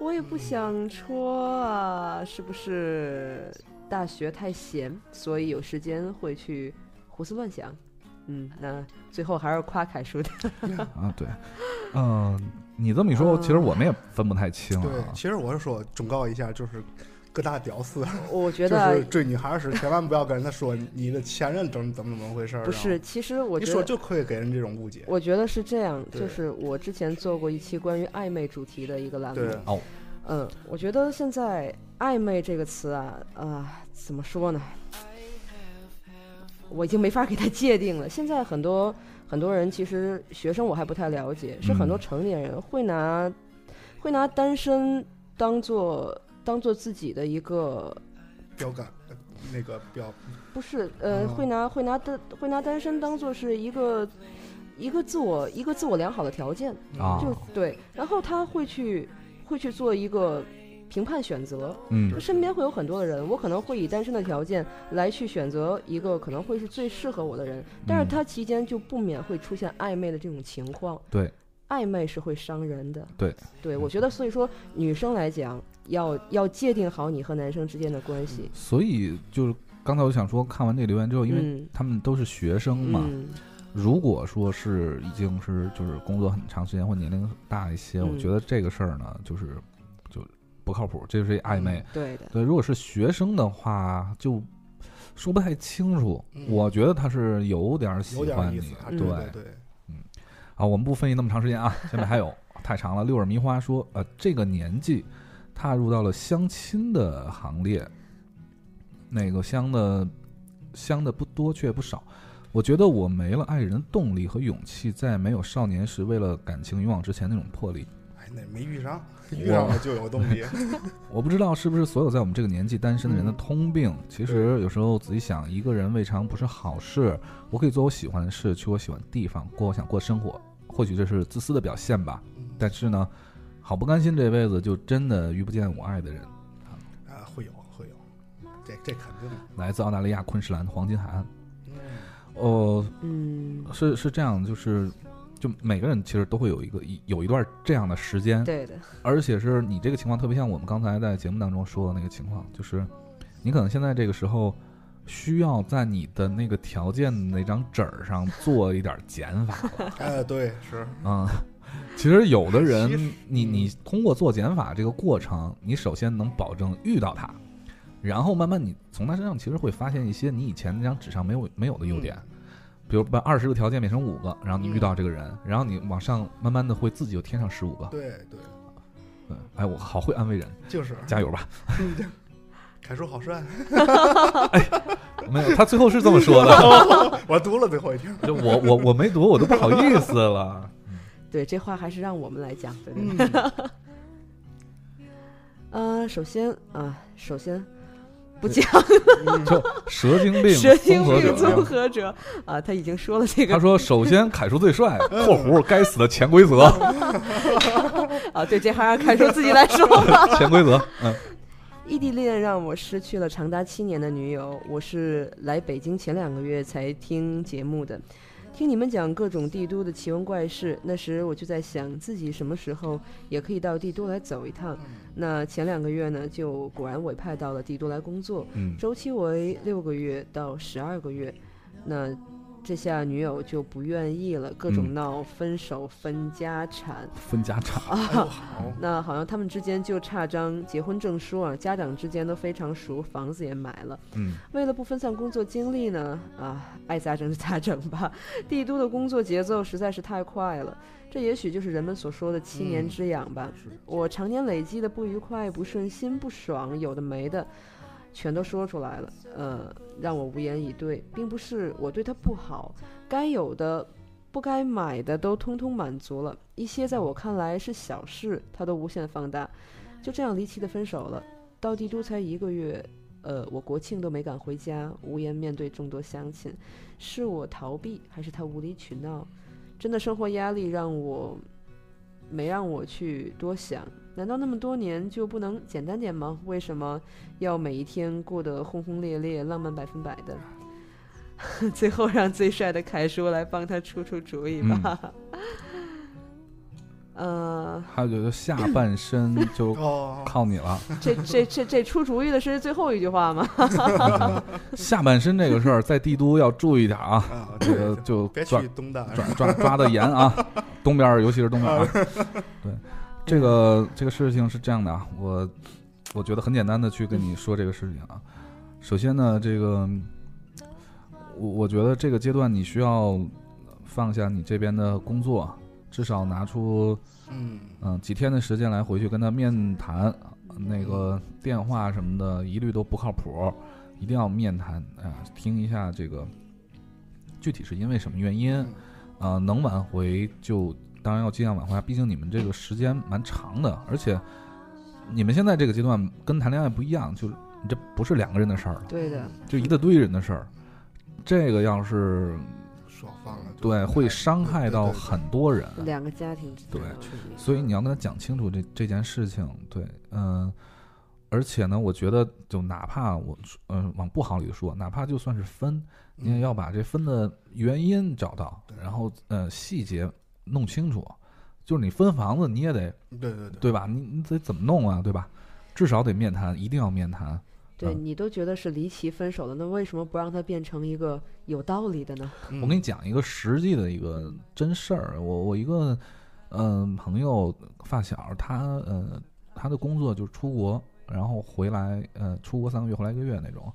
我也不想戳啊，是不是？大学太闲，所以有时间会去胡思乱想。嗯，那最后还是夸凯叔的。啊，对，嗯、你这么一说，其实我们也分不太清对，啊。其实我是说忠告一下，就是各大屌丝， 我觉就得是追女孩时，千万不要跟人家说你的前任怎么怎么怎么回事儿。不是，然后，其实我一觉说得，就会给人这种误解。我觉得是这样，对就是我之前做过一期关于暧昧主题的一个栏目对。哦，嗯，我觉得现在暧昧这个词啊，啊、怎么说呢？我已经没法给它界定了。现在很多很多人，其实学生我还不太了解，是很多嗯成年人会拿、会拿单身当做当做自己的一个标杆，呃那个标，不是，呃，嗯会拿会拿单会拿单身当做是一个一个自我一个自我良好的条件，嗯啊就对。然后他会去会去做一个评判选择，嗯就身边会有很多的人，我可能会以单身的条件来去选择一个可能会是最适合我的人，但是嗯他期间就不免会出现暧昧的这种情况。对，暧昧是会伤人的。对，对嗯我觉得，所以说女生来讲，要要界定好你和男生之间的关系。所以就是刚才我想说，看完这留言之后，因为嗯他们都是学生嘛，嗯，如果说是已经是就是工作很长时间或年龄大一些，嗯我觉得这个事儿呢，就是就不靠谱，这是一暧昧。嗯对的。对，如果是学生的话，就说不太清楚。嗯我觉得他是有点儿喜有点欢意你思啊。，嗯对对对，啊，我们不分析那么长时间啊，下面还有太长了。六耳迷花说，呃，这个年纪踏入到了相亲的行列，那个相的相的不多却不少。我觉得我没了爱人的动力和勇气，在没有少年时为了感情勇往直前那种魄力。哎，那没 遇上，遇上了就有动力。我不知道是不是所有在我们这个年纪单身的人的通病。其实有时候仔细想，一个人未尝不是好事。我可以做我喜欢的事，去我喜欢的地方，过我想过的生活。或许这是自私的表现吧。 但是呢，好不甘心这辈子就真的遇不见我爱的人。啊，会有会有，这这肯定的。来自澳大利亚昆士兰的黄金海岸。嗯哦， 嗯，是是这样，就是就每个人其实都会有一个一有一段这样的时间，对的，而且是你这个情况特别像我们刚才在节目当中说的那个情况，就是你可能现在这个时候需要在你的那个条件的那张纸儿上做一点减法了哎，对，是啊。 其实有的人其实，你嗯你通过做减法这个过程，你首先能保证遇到他，然后慢慢你从他身上其实会发现一些你以前那张纸上没有没有的优点，嗯比如把二十个条件变成五个，然后你遇到这个人，然后你往上慢慢的会自己就添上十五个。对对，嗯，哎，我好会安慰人，就是加油吧！ 凯叔好帅。没有，他最后是 这么说的，我读了最后一条，就我我我没读，我都不好意思了。对，这话还是让我们来讲，对对对。 嗯，呃，首先啊、首先不讲就蛇精病蛇精综合病者综合者啊、他已经说了这个他说：“首先，凯叔最帅。（括弧该死的潜规则， 啊，对，这还让凯叔自己来说吧。潜规则。）嗯，异地恋让我失去了长达七年的女友。我是来北京前两个月才听节目的，听你们讲各种帝都的奇闻怪事。那时我就在想，自己什么时候也可以到帝都来走一趟。那前两个月呢，就果然委派到了帝都来工作，嗯，周期为六个月到十二个月。那这下女友就不愿意了，各种嗯闹分手、分家产。分家产。哎呦好，那好像他们之间就差张结婚证书啊，家长之间都非常熟，房子也买了。嗯，为了不分散工作精力呢，啊，爱咋整就咋整吧。 帝都的工作节奏实在是太快了，这也许就是人们所说的七年嗯之痒吧。是我常年累积的不愉快、不顺心、不爽，有的没的，全都说出来了，呃，让我无言以对，并不是我对他不好，该有的、不该买的都通通满足了，一些在我看来是小事，他都无限放大，就这样离奇的分手了。到帝都才一个月，呃，我国庆都没敢回家，无颜面对众多乡亲，是我逃避，还是他无理取闹？真的生活压力让我没让我去多想。难道那么多年就不能简单点吗？为什么要每一天过得轰轰烈烈、浪漫百分百的？ 最后让最帅的凯叔来帮他出出主意吧。 呃，还有就是下半身 就哦，靠你了。这这这这出主意的是最后一句话吗？ 下半身这个事儿，在帝都要注意点啊。 啊，这个就别抓去东单，抓抓抓的严啊，东边儿尤其是东边儿啊。对，这个这个事情是这样的啊，我我觉得很简单的去跟你说这个事情啊。首先呢，这个我我觉得这个阶段你需要放下你这边的工作，至少拿出嗯，嗯、几天的时间来回去跟他面谈，那个电话什么的一律都不靠谱，一定要面谈啊、听一下这个具体是因为什么原因嗯啊、能挽回就当然要尽量挽回啊，毕竟你们这个时间蛮长的，而且你们现在这个阶段跟谈恋爱不一样，就是你这不是两个人的事儿了，对的，就一大堆人的事儿，这个要是双方了，对会伤害到对对对很多人，啊两个家庭之间对的问题所以你要跟他讲清楚这这件事情，对，嗯、而且呢，我觉得就哪怕我，嗯、往不好里说，哪怕就算是分，你也要把这分的原因找到，对然后呃细节弄清楚，就是你分房子你也得对对对，对吧？你你得怎么弄啊，对吧？至少得面谈，一定要面谈。对嗯你都觉得是离奇分手了，那为什么不让它变成一个有道理的呢？嗯我给你讲一个实际的一个真事儿，我我一个嗯、朋友发小，他呃他的工作就是出国，然后回来呃出国三个月回来一个月那种，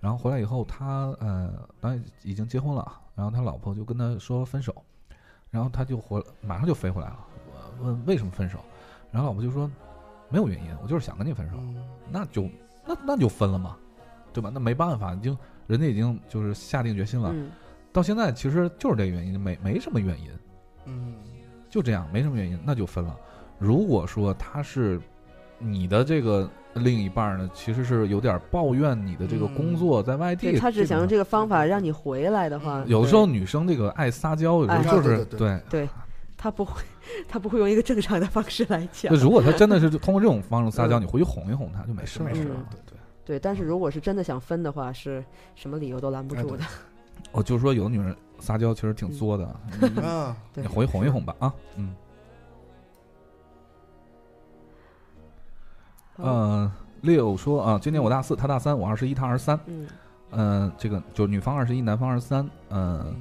然后回来以后他呃当然已经结婚了，然后他老婆就跟他说分手，然后他就回马上就飞回来了，我问为什么分手，然后老婆就说没有原因，我就是想跟你分手，嗯，那就那那就分了嘛，对吧？那没办法，已经人家已经就是下定决心了。嗯，到现在其实就是这原因，没没什么原因，嗯，就这样，没什么原因，那就分了。如果说他是你的这个另一半呢，其实是有点抱怨你的这个工作在外地，嗯对他只想用这个。个方法让你回来的话，嗯有的时候对女生这个爱撒娇，有时候哎就是、对对对对他不会，他不会用一个正常的方式来讲那。如果他真的 是通过这种方式撒娇，嗯你回去哄一哄他就没事没没事事。嗯，对对，对，但是如果是真的想分的话，是什么理由都拦不哎住对的。我哦就说有的女人撒娇其实挺作的，啊，你嗯对你回去哄一哄吧啊，嗯。嗯呃，六说啊，今年我大四，他大三，我二十一，他二十三。 嗯嗯，这个就是女方二十一，男方二十三。嗯，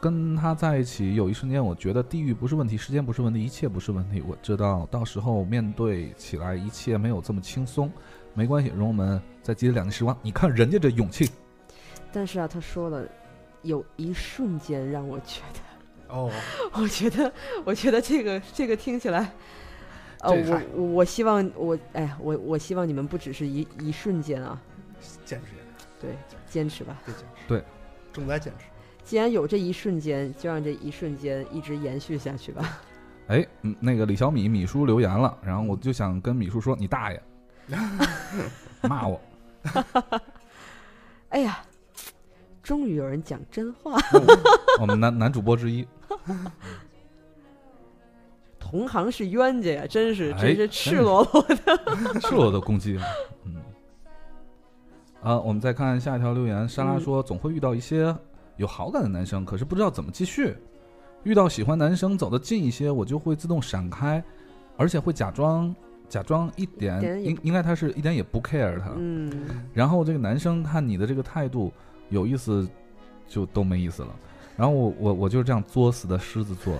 跟他在一起有一瞬间，我觉得地域不是问题，时间不是问题，一切不是问题。我知道到时候面对起来，一切没有这么轻松。没关系，容我们再积累两年时光。你看人家这勇气，但是啊，他说了，有一瞬间让我觉得， 嗯哦，我觉得，我觉得这个这个听起来。呃，这我我我希望我哎呀，我我希望你们不只是一一瞬间啊，坚持坚持，对，坚持吧。对坚持，对，正在坚持，既然有这一瞬间，就让这一瞬间一直延续下去吧。哎，嗯那个李小米米叔留言了，然后我就想跟米叔说你大爷，骂我，哎呀，终于有人讲真话，我们男男主播之一，同行是冤家呀，真是哎真是赤裸裸的。 赤裸的攻击啊，嗯，啊，我们再看下一条留言，莎拉说嗯总会遇到一些有好感的男生，可是不知道怎么继续，遇到喜欢男生走得近一些，我就会自动闪开，而且会假装假装一点一点也应应该他是一点也不 care 他，嗯，然后这个男生看你的这个态度有意思，就都没意思了。然后我我我就是这样作死的狮子座，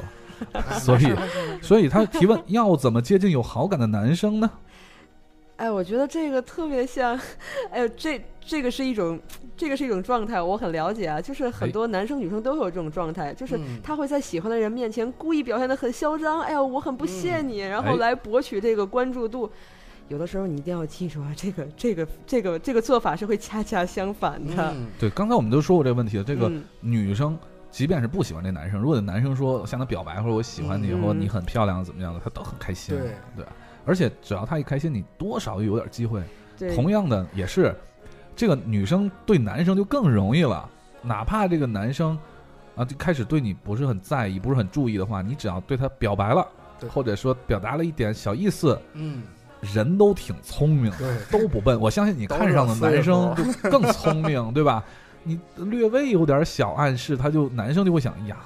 所以所以他提问要怎么接近有好感的男生呢？哎，我觉得这个特别像，哎呦，这这个是一种，这个是一种状态，我很了解啊，就是很哎多男生女生都会有这种状态，就是嗯他会在喜欢的人面前故意表现的很嚣张，哎呀，我很不屑你，然哎后来博取这个关注度。有的时候你一定要记住啊，这个这个这个这个做法是会恰恰相反的。嗯对，刚才我们都说过这个问题了。这个嗯女生即便是不喜欢这男生，如果有男生说向她表白或者我喜欢你，嗯或者你很漂亮怎么样的，她都很开心。对而且只要她一开心，你多少有点机会。对，同样的也是，这个女生对男生就更容易了，哪怕这个男生啊就开始对你不是很在意、不是很注意的话，你只要对他表白了对，或者说表达了一点小意思，嗯，人都挺聪明的，对，都不笨。我相信你看上的男生就更聪明，对 吧？你略微有点小暗示，他就男生就会想，哎呀，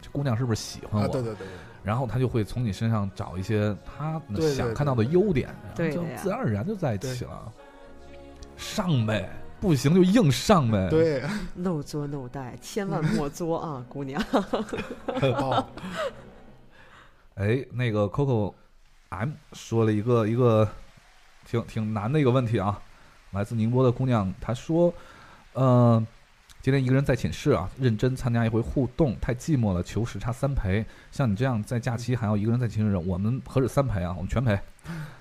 这姑娘是不是喜欢啊，我？对对对对。然后他就会从你身上找一些他对对想对看到的优点，对然后的就呀自然而然就在一起了。上呗，不行就硬上呗。，对， no 作 no 带，千万莫 作啊，姑娘。哦，哎，那个 Coco M 说了一个一个挺挺难的一个问题啊，来自宁波的姑娘，她说，呃，今天一个人在寝室啊，认真参加一回互动，太寂寞了，求时差三陪。像你这样在假期还要一个人在寝室，我们何止三陪啊，我们全陪。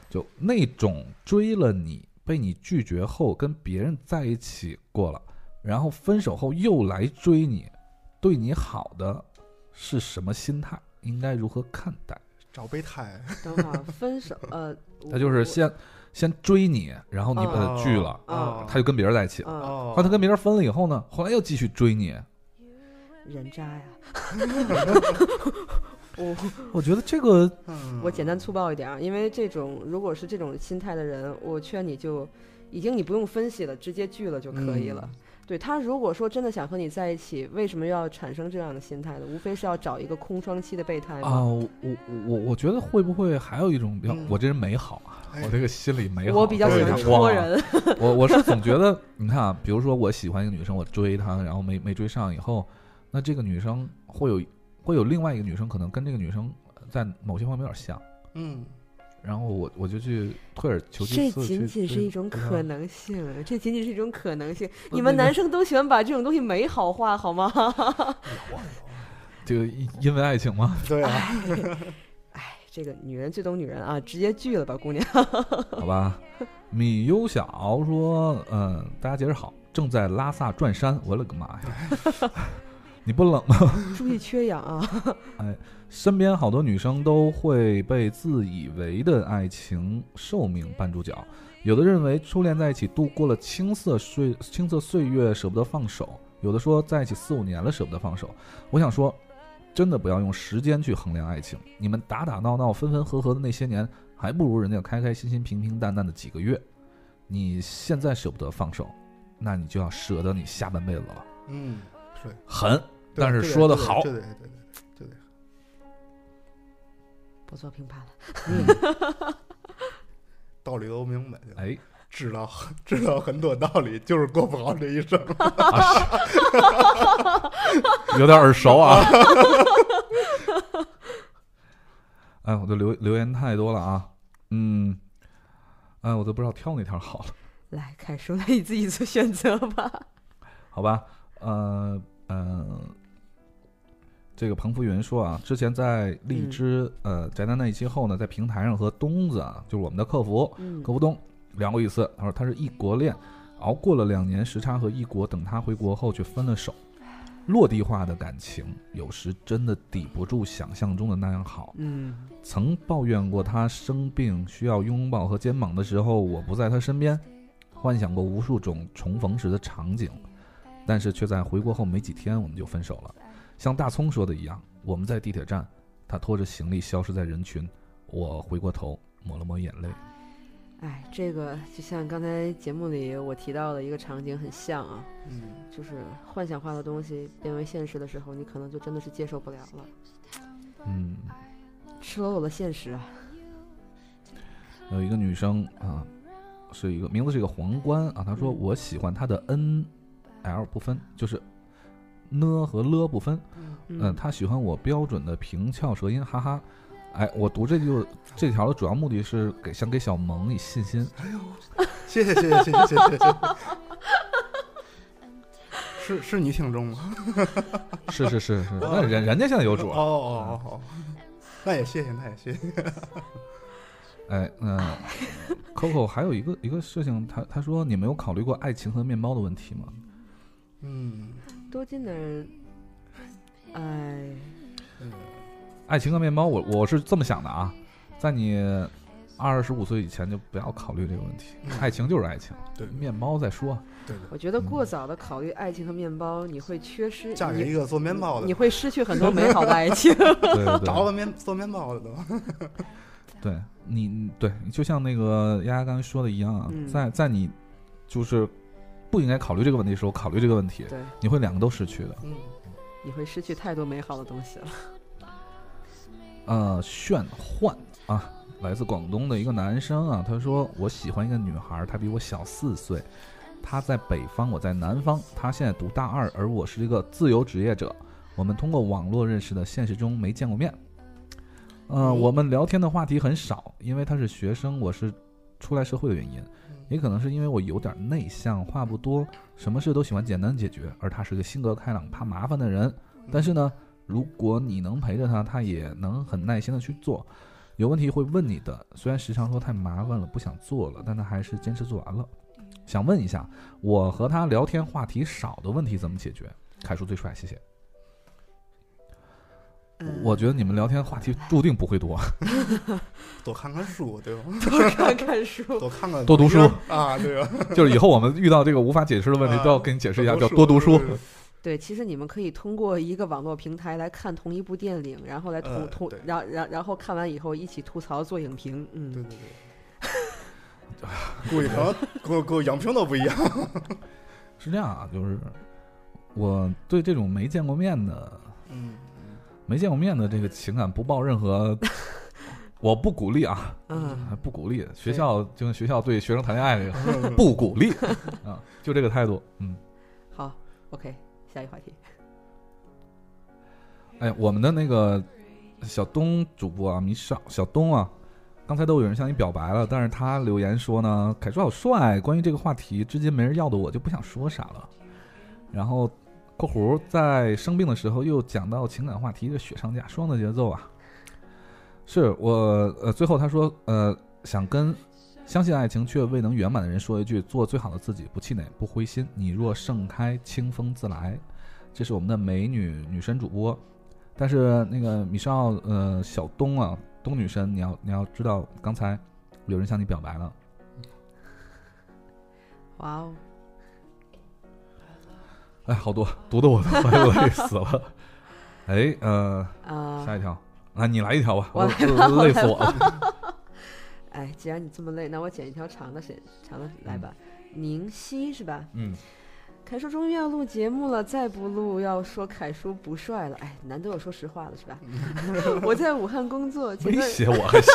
就那种追了你，被你拒绝后跟别人在一起过了，然后分手后又来追你，对你好的是什么心态？应该如何看待？找备胎，等会儿分手， 呃，他就是先先追你，然后你把他呃拒了，啊他就跟别人在一起了。啊，哦后来他跟别人分了以后呢，后来又继续追你。人 渣呀。我我觉得这个嗯我简单粗暴一点啊，因为这种如果是这种心态的人，我劝你就已经你不用分析了，直接拒了就可嗯以了。对他如果说真的想和你在一起，为什么要产生这样的心态呢？无非是要找一个空窗期的备胎啊，嘛。我我我我觉得会不会还有一种比较，嗯我这人美好啊，哎我这个心里美好。啊我比较喜欢对 戳。人，哇我我是总觉得，你看啊，比如说我喜欢一个女生，我追她，然后没没追上以后，那这个女生会有会有另外一个女生，可能跟这个女生在某些方面有点像，嗯，然后我我就去退而求其这次。嗯仅仅是一种可能。能性，啊这仅仅是一种可能性。不你们那个男生都喜欢把这种东西美好化，好吗？ 这个因因为爱情吗？对啊，哎，这个女人最懂女人啊，直接拒了吧，姑娘。 好吧。米优小说，嗯，大家节日好，正在拉萨转山，我勒个妈呀！ 你不冷吗？注意缺氧啊！身边好多女生都会被自以为的爱情寿命绊住脚，有的认为初恋在一起度过了青涩岁青涩岁月，舍不得放手；有的说在一起四五年了，舍不得放手。我想说，真的不要用时间去衡量爱情，你们打打闹闹、分分合合的那些年，还不如人家开开心心、平平淡淡的几个月。你现在舍不得放手，那你就要舍得你下半辈子了。嗯，对，狠，对但是这个说得这个好对对对对，不做评判了，道理都明白，哎，知道知道很多道理，就是过不好这一生。有点耳熟啊。哎，我的留留言太多了啊，嗯，哎，我都不知道挑哪条好了，来，凯叔，来你自己做选择吧。好吧，呃呃，这个彭福云说啊，之前在荔枝、呃宅男那一期后呢，在平台上和东子啊，就是我们的客服嗯客服东聊过一次，他说他是异国恋，熬过了两年时差和异国，等他回国后却分了手。落地化的感情，有时真的抵不住想象中的那样好。嗯，曾抱怨过他生病需要拥抱和肩膀的时候，我不在他身边，幻想过无数种重逢时的场景，但是却在回国后没几天我们就分手了。像大葱说的一样，我们在地铁站，他拖着行李消失在人群，我回过头抹了抹眼泪。哎，这个就像刚才节目里我提到的一个场景很像啊，嗯，就是幻想化的东西变为现实的时候，你可能就真的是接受不了了，嗯，赤裸裸的现实啊。有一个女生啊，是一个名字是一个皇冠啊，她说嗯我喜欢她的 N L 不分，就是呢和了不分。嗯、嗯，她喜欢我标准的平翘舌音，哈哈。哎，我读这句这条的主要目的是给想给小萌以信心。谢谢谢谢谢谢谢谢谢谢。 是是你挺中吗？是是是是，那人人家现在有主哦了。哦哦哦，那也谢谢那也谢谢。哎，那 Coco 还有一个一个事情，她她说你没有考虑过爱情和面包的问题吗？嗯，多金的人，哎，嗯爱情和面包，我我是这么想的啊，在你二十五岁以前就不要考虑这个问题，爱情就是爱情，对面包再说。对对，我觉得过早的考虑爱情和面包，你会缺失，嫁给一你个做面包的你，会失去很多美好的 爱情。对对对，找个面做面包的都。对你对，就像那个丫丫刚才说的一样啊，嗯在在你就是不应该考虑这个问题的时候，考虑这个问题，对，你会两个都失去的。嗯，你会失去太多美好的东西了。呃，炫幻啊，来自广东的一个男生啊，他说我喜欢一个女孩，她比我小四岁，她在北方，我在南方，她现在读大二，而我是一个自由职业者，我们通过网络认识的，现实中没见过面。呃，我们聊天的话题很少，因为她是学生，我是出来社会的原因，也可能是因为我有点内向，话不多，什么事都喜欢简单解决，而她是个性格开朗、怕麻烦的人。嗯但是呢，如果你能陪着她，她也能很耐心的去做。有问题会问你的，虽然时常说太麻烦了，不想做了，但她还是坚持做完了。嗯想问一下，我和她聊天话题少的问题怎么解决？凯叔最帅，谢谢。嗯我觉得你们聊天话题注定不会多， 多看看书，对吧？看看书，多看看，多读书啊，对吧？就是以后我们遇到这个无法解释的问题，啊都要跟 你解释一下，叫多读书对。对对对，其实你们可以通过一个网络平台来看同一部电影，然后来同呃同对，然然然后看完以后一起吐槽做影评。对嗯， 对对。估计可能跟跟影评都不一 样。是这样啊，就是我对这种没见过面的、嗯，没见过面的这个情感不抱任何，我不鼓励啊，嗯，还不鼓励。学校就跟学校对学生谈恋爱这个不鼓励啊，就这个态度。嗯，好，OK，下一个话题。哎，我们的那个小东主播啊，米少小东啊，刚才都有人向你表白了，但是他留言说呢，凯叔好帅。关于这个话题，至今没人要的，我就不想说啥了。然后（括弧）在生病的时候又讲到情感话题，这雪上加霜的节奏啊。是我呃，最后他说呃，想跟相信爱情却未能圆满的人说一句：做最好的自己，不气馁，不灰心。你若盛开，清风自来。这是我们的美女女神主播，但是那个米少呃小东啊，东女神，你要你要知道，刚才有人向你表白了，哇哦，哎，好多读的我都 快累死了。哎，呃，啊、下一条啊，你来一条吧，我来我累死我了。哎，既然你这么累，那我剪一条长的，剪长的来吧。宁熙是吧？嗯，凯叔终于要录节目了，再不录要说凯叔不帅了。哎，难得我说实话了是吧？我在武汉工作，前威段胁我还行。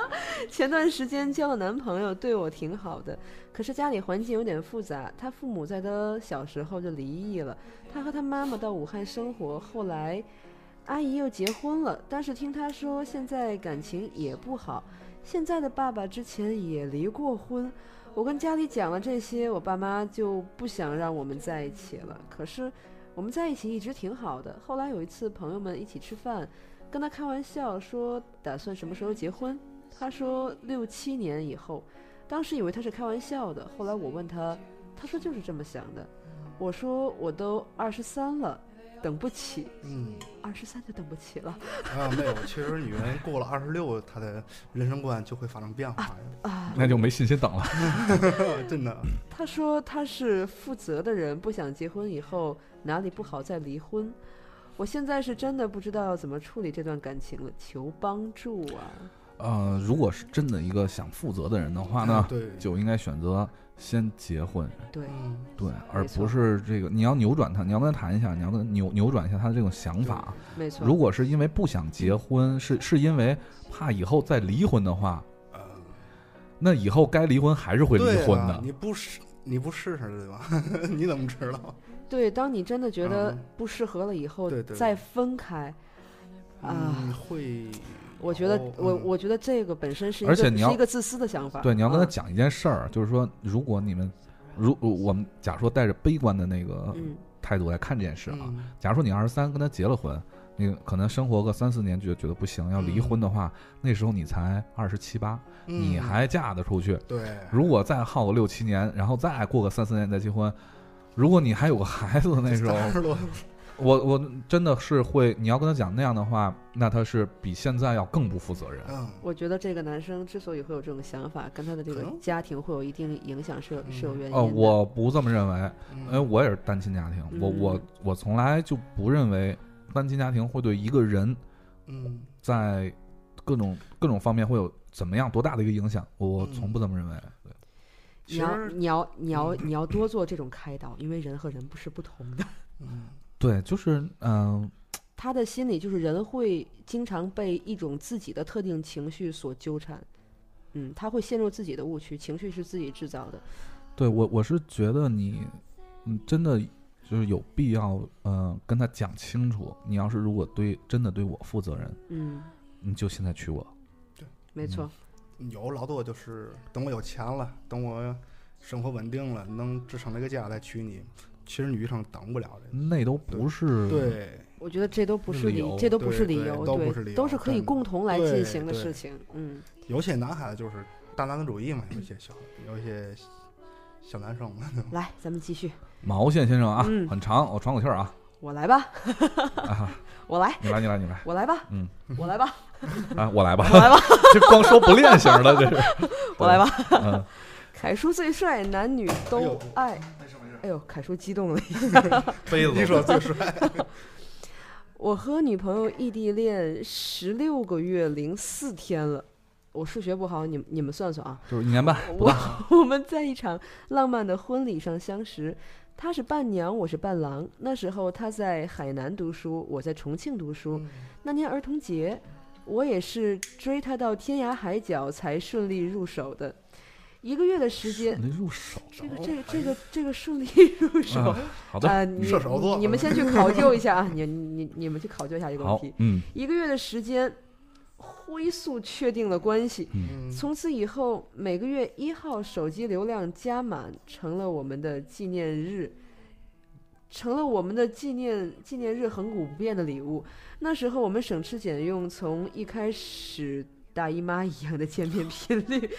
前段时间交了男朋友，对我挺好的，可是家里环境有点复杂，他父母在他小时候就离异了，他和他妈妈到武汉生活，后来阿姨又结婚了，但是听他说现在感情也不好，现在的爸爸之前也离过婚。我跟家里讲了这些，我爸妈就不想让我们在一起了。可是我们在一起一直挺好的。后来有一次朋友们一起吃饭，跟他开玩笑说打算什么时候结婚，他说六七年以后，当时以为他是开玩笑的，后来我问他，他说就是这么想的。我说我都二十三了，等不起，嗯二十三就等不起了啊，没有，其实女人过了二十六，她的人生观就会发生变化 的，啊。那就没信心等了。真的。他说他是负责的人，不想结婚以后哪里不好再离婚。我现在是真的不知道怎么处理这段感情了，求帮助啊！呃，如果是真的一个想负责的人的话呢，嗯对，就应该选择先结婚，对，嗯，对，而没错不是这个你要扭转他，你要跟他谈一下，你要跟他扭扭转一下他的这种想法。没错。如果是因为不想结婚，是是因为怕以后再离婚的话，呃，那以后该离婚还是会离对婚啊的。你不试，你不试试对吧？ 你怎么知道？对，当你真的觉得嗯不适合了以后，对对对再分开，啊嗯，会，我觉得、哦我嗯我觉得这个本身是一而个且你要是一个自私的想法。对，你要跟他啊讲一件事儿，就是说，如果你们，如我们假如说带着悲观的那个嗯，态度来看这件事啊，嗯假如说你二十三跟他结了婚，你可能生活个三四年觉觉得不行，要离婚的话，那时候你才二十七八，你嗯还嫁得出去。对，如果再耗个六七年，然后再过个三四年再结婚，如果你还有个孩子，那时候二十 多，我我真的是会，你要跟他讲那样的话，那他是比现在要更不负责任。嗯，我觉得这个男生之所以会有这种想法，跟他的这可个能家庭会有一定影响，是有、是有嗯原因的。哦，我不这么认为，因为嗯我也是单亲家庭，我我嗯我从来就不认为单亲家庭会对一个人嗯，在各种各种方面会有怎么样多大的一个影响？我我嗯从不这么认为。对你其要实，你要你要你要多做这种开导，因为人和人不是不同的。嗯，对，就是嗯、他的心理就是人会经常被一种自己的特定情绪所纠缠，嗯，他会陷入自己的误区，情绪是自己制造的。对我我是觉得你，嗯，真的就是有必要，嗯，跟他讲清楚。你要是如果对真的对我负责任，嗯，你就现在娶我。没错，嗯有老多就是等我有钱了，等我生活稳定了，能支撑这个家再娶你。其实女生等不了这那都不是个，对，我觉得这都不是理理由，这都不是对理对由，都对，不是理由可以真的共同来进对行的对事情。嗯，有些男孩子就是大男子主义嘛，有些小，有些小男生 嘛，来，咱们继续，毛线先生啊，嗯很长，我喘口气儿啊。我 来吧，啊，我来，你来，你来，你来，我来吧，嗯，我来吧，啊，我来吧。我来吧， 这光说不练型的，这是。 我来吧。嗯，凯叔最帅，男女哎都呦爱。没事没事。哎呦，凯叔激动了。杯子，你说 最帅，我和女朋友异地恋十六个月零四天了，我数学不好，你们你们算算啊。就是一年半不我到。我 们在一场浪漫的婚礼上相识，他是伴娘，我是伴郎。那时候他在海南读书，我在重庆读书。嗯那年儿童节，我也是追他到天涯海角才顺利入手的。一个月的时间，你入手这个手这个这个这个顺利入手。啊，好的， 啊，你射手座你们先去考究一下啊，你你你们去考究一下这个问好题。，嗯，一个月的时间，灰速确定了关系。嗯从此以后，每个月一号手机流量加满成了我们的纪念日，成了我们的纪念纪念日恒古不变的礼物。那时候我们省吃俭用，从一开始大姨妈一样的见面频率，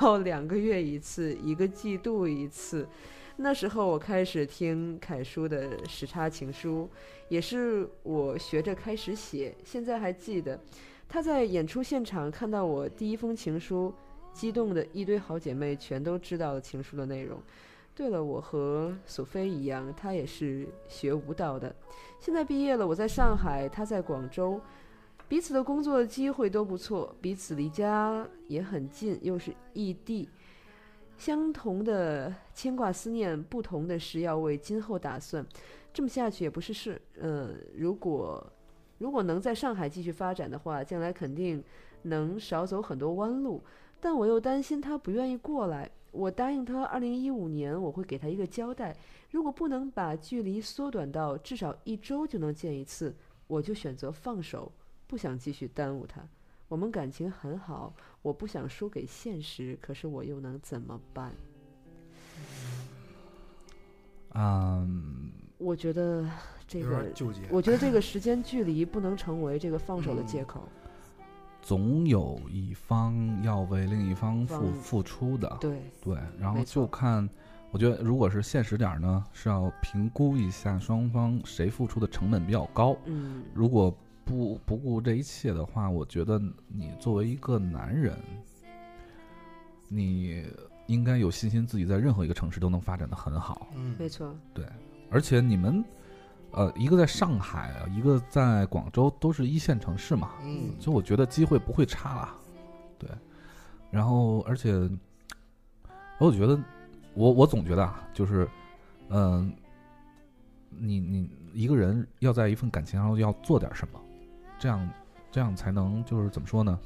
到两个月一次，一个季度一次。那时候我开始听凯叔的《时差情书》，也是我学着开始写，现在还记得。他在演出现场看到我第一封情书，激动的一堆好姐妹全都知道了情书的内容。对了，我和索菲一样，她也是学舞蹈的，现在毕业了，我在上海，她在广州，彼此的工作机会都不错，彼此离家也很近，又是异地。相同的牵挂思念，不同的是要为今后打算。这么下去也不是事。呃，如果如果能在上海继续发展的话，将来肯定能少走很多弯路。但我又担心他不愿意过来。我答应他，二零一五年我会给他一个交代。如果不能把距离缩短到至少一周就能见一次，我就选择放手，不想继续耽误他。我们感情很好，我不想输给现实，可是我又能怎么办？嗯，我觉得这有个点纠结。我觉得这个时间距离不能成为这个放手的借口。总有一方要为另一方付方付出的，嗯对，对，然后没就看我觉得如果是现实点儿呢，是要评估一下双方谁付出的成本比较高。嗯如果不不顾这一切的话，我觉得你作为一个男人，你应该有信心自己在任何一个城市都能发展的很好。嗯，没错，而且你们，呃，一个在上海，啊，一个在广州，都是一线城市嘛，嗯，所以我觉得机会不会差啦。对，然后而且，我觉得，我我总觉得啊，就是，嗯、你你一个人要在一份感情上要做点什么，这样这样才能就是怎么说呢？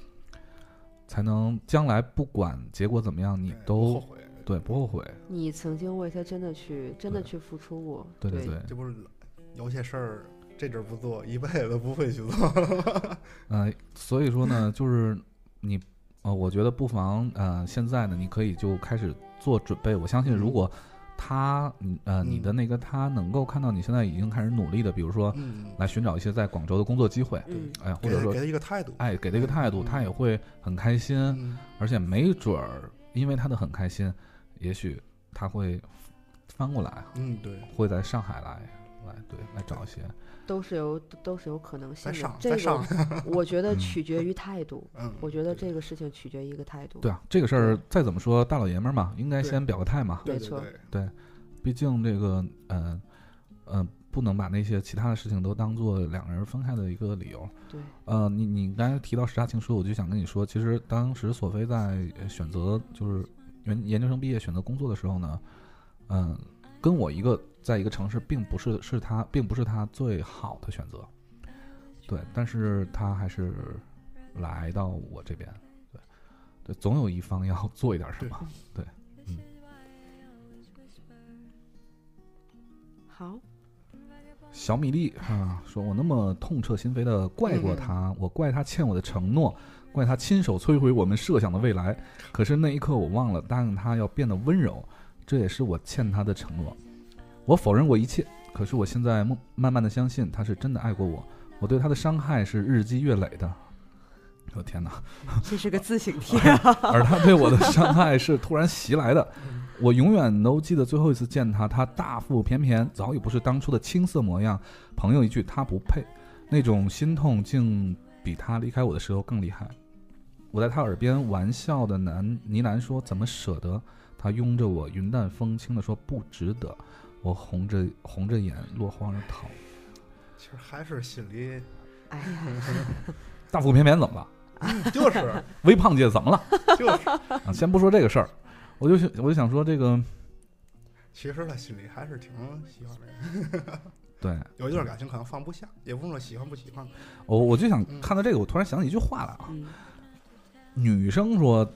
才能将来不管结果怎么样，你哎不都后悔，对不后悔。你曾经为他真的去真的对去付出过，对对对，这不是有些事儿这阵儿不做，一辈子都不会去做。 呃，所以说呢，就是你，呃，我觉得不妨，呃，现在呢，你可以就开始做准备。我相信，嗯如果他，你呃，你的那个他能够看到你现在已经开始努力的，比如说嗯，来寻找一些在广州的工作机会，嗯，哎，或给者他说给，他一个态度。哎，给他一个态度，他也会很开心，嗯，而且没准儿因为他的很开心，也许他会翻过来，嗯，对，会在上海来。来，对，来找一些，都是有都是有可能再性的上。 这再上个，我觉得嗯取决于态度，嗯，我觉得这个事情取决于一个态度。对啊，这个事儿再怎么说，大老爷们儿嘛，应该对先表个态嘛，对没对错对毕竟这个，呃，呃，不能把那些其他的事情都当做两个人分开的一个理由。 对呃，你你刚才提到十大情书，我就想跟你说，其实当时索菲在呃选择就是研研究生毕业选择工作的时候呢，嗯、跟我一个在一个城市，并不是是他，并不是他最好的选择，对，但是他还是来到我这边，对，对，总有一方要做一点什么，对，好，小米粒啊，说我那么痛彻心扉的怪过他，我怪他欠我的承诺，怪他亲手摧毁我们设想的未来。可是那一刻我忘了答应他要变得温柔，这也是我欠他的承诺。我否认过一切，可是我现在慢慢慢的相信他是真的爱过我。我对他的伤害是日积月累的。我、天哪！ 这是个自省题。 而他对我的伤害是突然袭来的。我永远都记得最后一次见他，他大腹便便，早已不是当初的青涩模样。朋友一句他不配，那种心痛竟比他离开我的时候更厉害。我在他耳边玩笑的喃呢喃说：“怎么舍得？”他拥着我，云淡风轻的说：“不值得。”我红着红着眼，落荒而逃。其实还是心里哎呀，大腹便便怎么了？就是微胖姐怎么了？就是，啊，先不说这个事儿，我就想我就想说这个，其实他心里还是挺喜欢这个，对，有一段感情可能放不下，也不是说喜欢不喜欢，我我就想嗯看到这个，我突然想起一句话来啊。嗯女生说，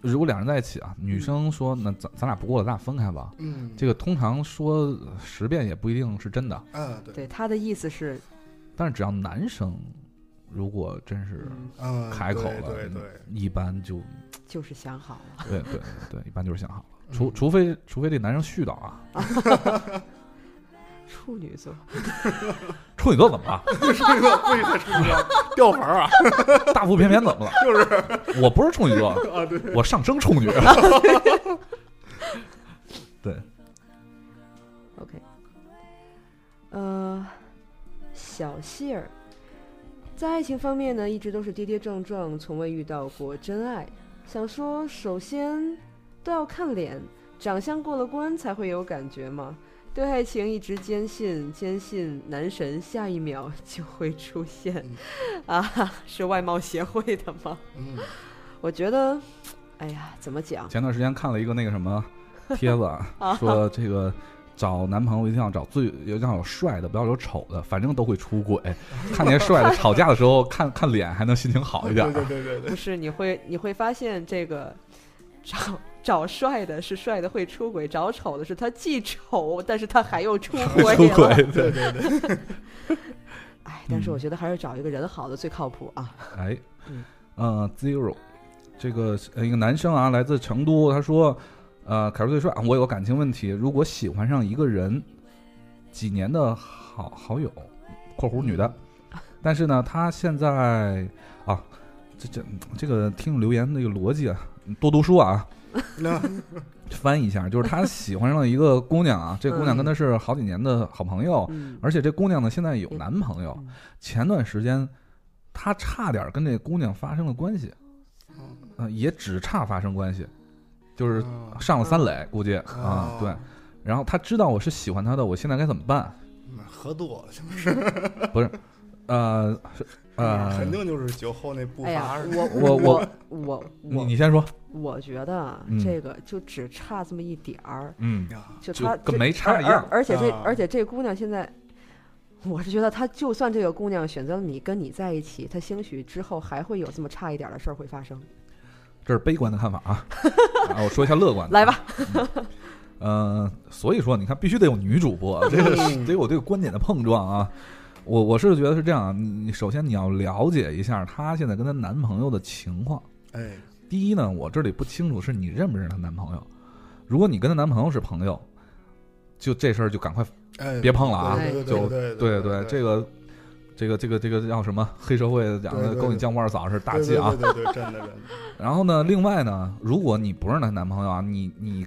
如果两人在一起啊，女生说那咱咱俩不过了，咱俩分开吧。嗯，这个通常说呃十遍也不一定是真的，嗯对，对，他的意思是，但是只要男生如果真是啊嗯，嗯开口对了，对对，一般 就就是想好了，对对对，一般就是想好了，嗯除除非除非这男生絮叨啊，处女座，处女座怎么 了？这个不许再出现了掉粉儿啊，大腹便便怎么了？ 就是我不是处女座，啊对，我上升处女。对， OK，呃，小希尔，在爱情方面呢，一直都是跌跌撞撞，从未遇到过真爱。想说，首先都要看脸，长相过了关才会有感觉嘛。对爱情一直坚信，坚信男神下一秒 就会出现， 啊，是外貌协会的吗？ 嗯，我觉得，哎呀，怎么讲？前段时间看了一个那个什么帖子，啊，说这个找男朋友一定要找最一定要有帅的，不要有丑的，反正都会出轨。看见帅的，吵架的时候看看脸还能心情好一点对。对对对对，不是，你会你会发现这个 找找帅的是帅的会出轨，找丑的是他既丑，但是他还又出轨。出轨。，对对对，哎，但是我嗯觉得还是找一个人好的最靠谱啊。哎嗯，呃，Zero，这个呃一个男生啊，来自成都，他说，呃，凯叔最帅，我有个感情问题，如果喜欢上一个人，几年的好好友（括弧女的），嗯但是呢，他现在啊，这这这个听留言那个逻辑啊，多读书啊，那翻译一下，就是 他喜欢上了一个姑娘啊，这姑娘跟他是好几年的好朋友，嗯，而且这姑娘呢现在有男朋友嗯，前段时间他差点跟这姑娘发生了关系，哦嗯、也只差发生关系，就是啊上了三垒估计啊哦，对。然后他知道我是喜欢他的，我现在该怎么办？嗯合作是不是呃，是呃，肯定就是酒后那步哎伐呀是，我 我 我我你我你先说，我觉得啊嗯这个就只差这么一点儿，嗯，哎 呀就就他跟没差而一而样而且这啊而且这姑娘现在，我是觉得她就算这个姑娘选择了你跟你在一起，她兴许之后还会有这么差一点儿的事儿会发生。这是悲观的看法 啊。啊，我说一下乐观的，来吧，嗯，所以说你看，必须得有女主 播，这个嗯是得有这个观点的碰撞啊。我我是觉得是这样啊，你你首先你要了解一下她现在跟她男朋友的情况。哎，第一呢，我这里不清楚是你认不认识她男朋友。如果你跟她男朋友是朋友，就这事儿就赶快哎，别碰了啊！对对就对对对，这个这个这个这个叫什么黑社会讲对的对勾你对酱瓜嫂是大忌啊。对对对，对真的真的，然后呢，另外呢，如果你不是她男朋友啊，你你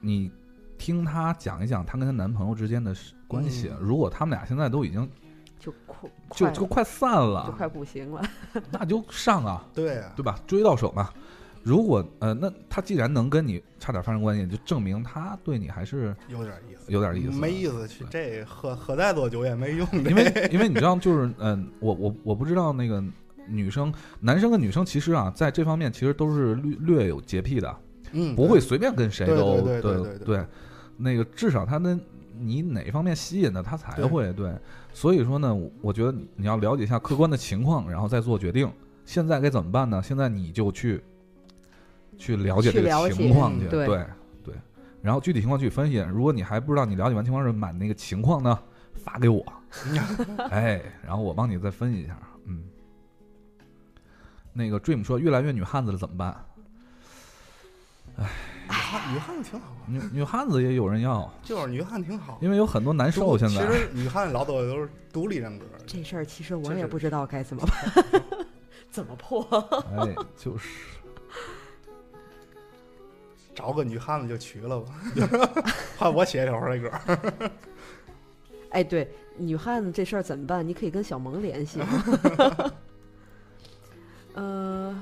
你听她讲一讲她跟她男朋友之间的是关系。嗯如果他们俩现在都已经就快就快就快散就了，快不行了，那就上啊，对啊，对吧？追到手嘛。如果呃，那她既然能跟你差点发生关系，就证明她对你还是有点意思，有点意思的。啊没意思，去这喝喝再多酒也没用，因为因为你知道，就是嗯、我我我不知道那个女生、男生跟女生其实啊，在这方面其实都是略略有洁癖的，嗯，不会随便跟谁对都对对对对对对那个至少他跟你哪方面吸引的，他才对会对所以说呢，我我觉得你你要了解一下客观的情况，然后再做决定。现在该怎么办呢？现在你就去去了解去这了个解情况去，嗯对对对然后具体情况去分析。如果你还不知道你了解完情况是满那个情况呢，发给我，哎，然后我帮你再分析一下。嗯，那个 Dream 说越来越女汉子了怎么办？女汉子挺好啊，女女汉子也有人要，就是女汉子挺好。因为有很多难受现其在。实女汉子老多都是独立人格，这事儿其实我这也是不知道该怎么办， 怎么破？哎，就是找个女汉子就娶了吧。换我写一首这歌，哎，对，女汉子这事儿怎么办？你可以跟小萌联系。呃，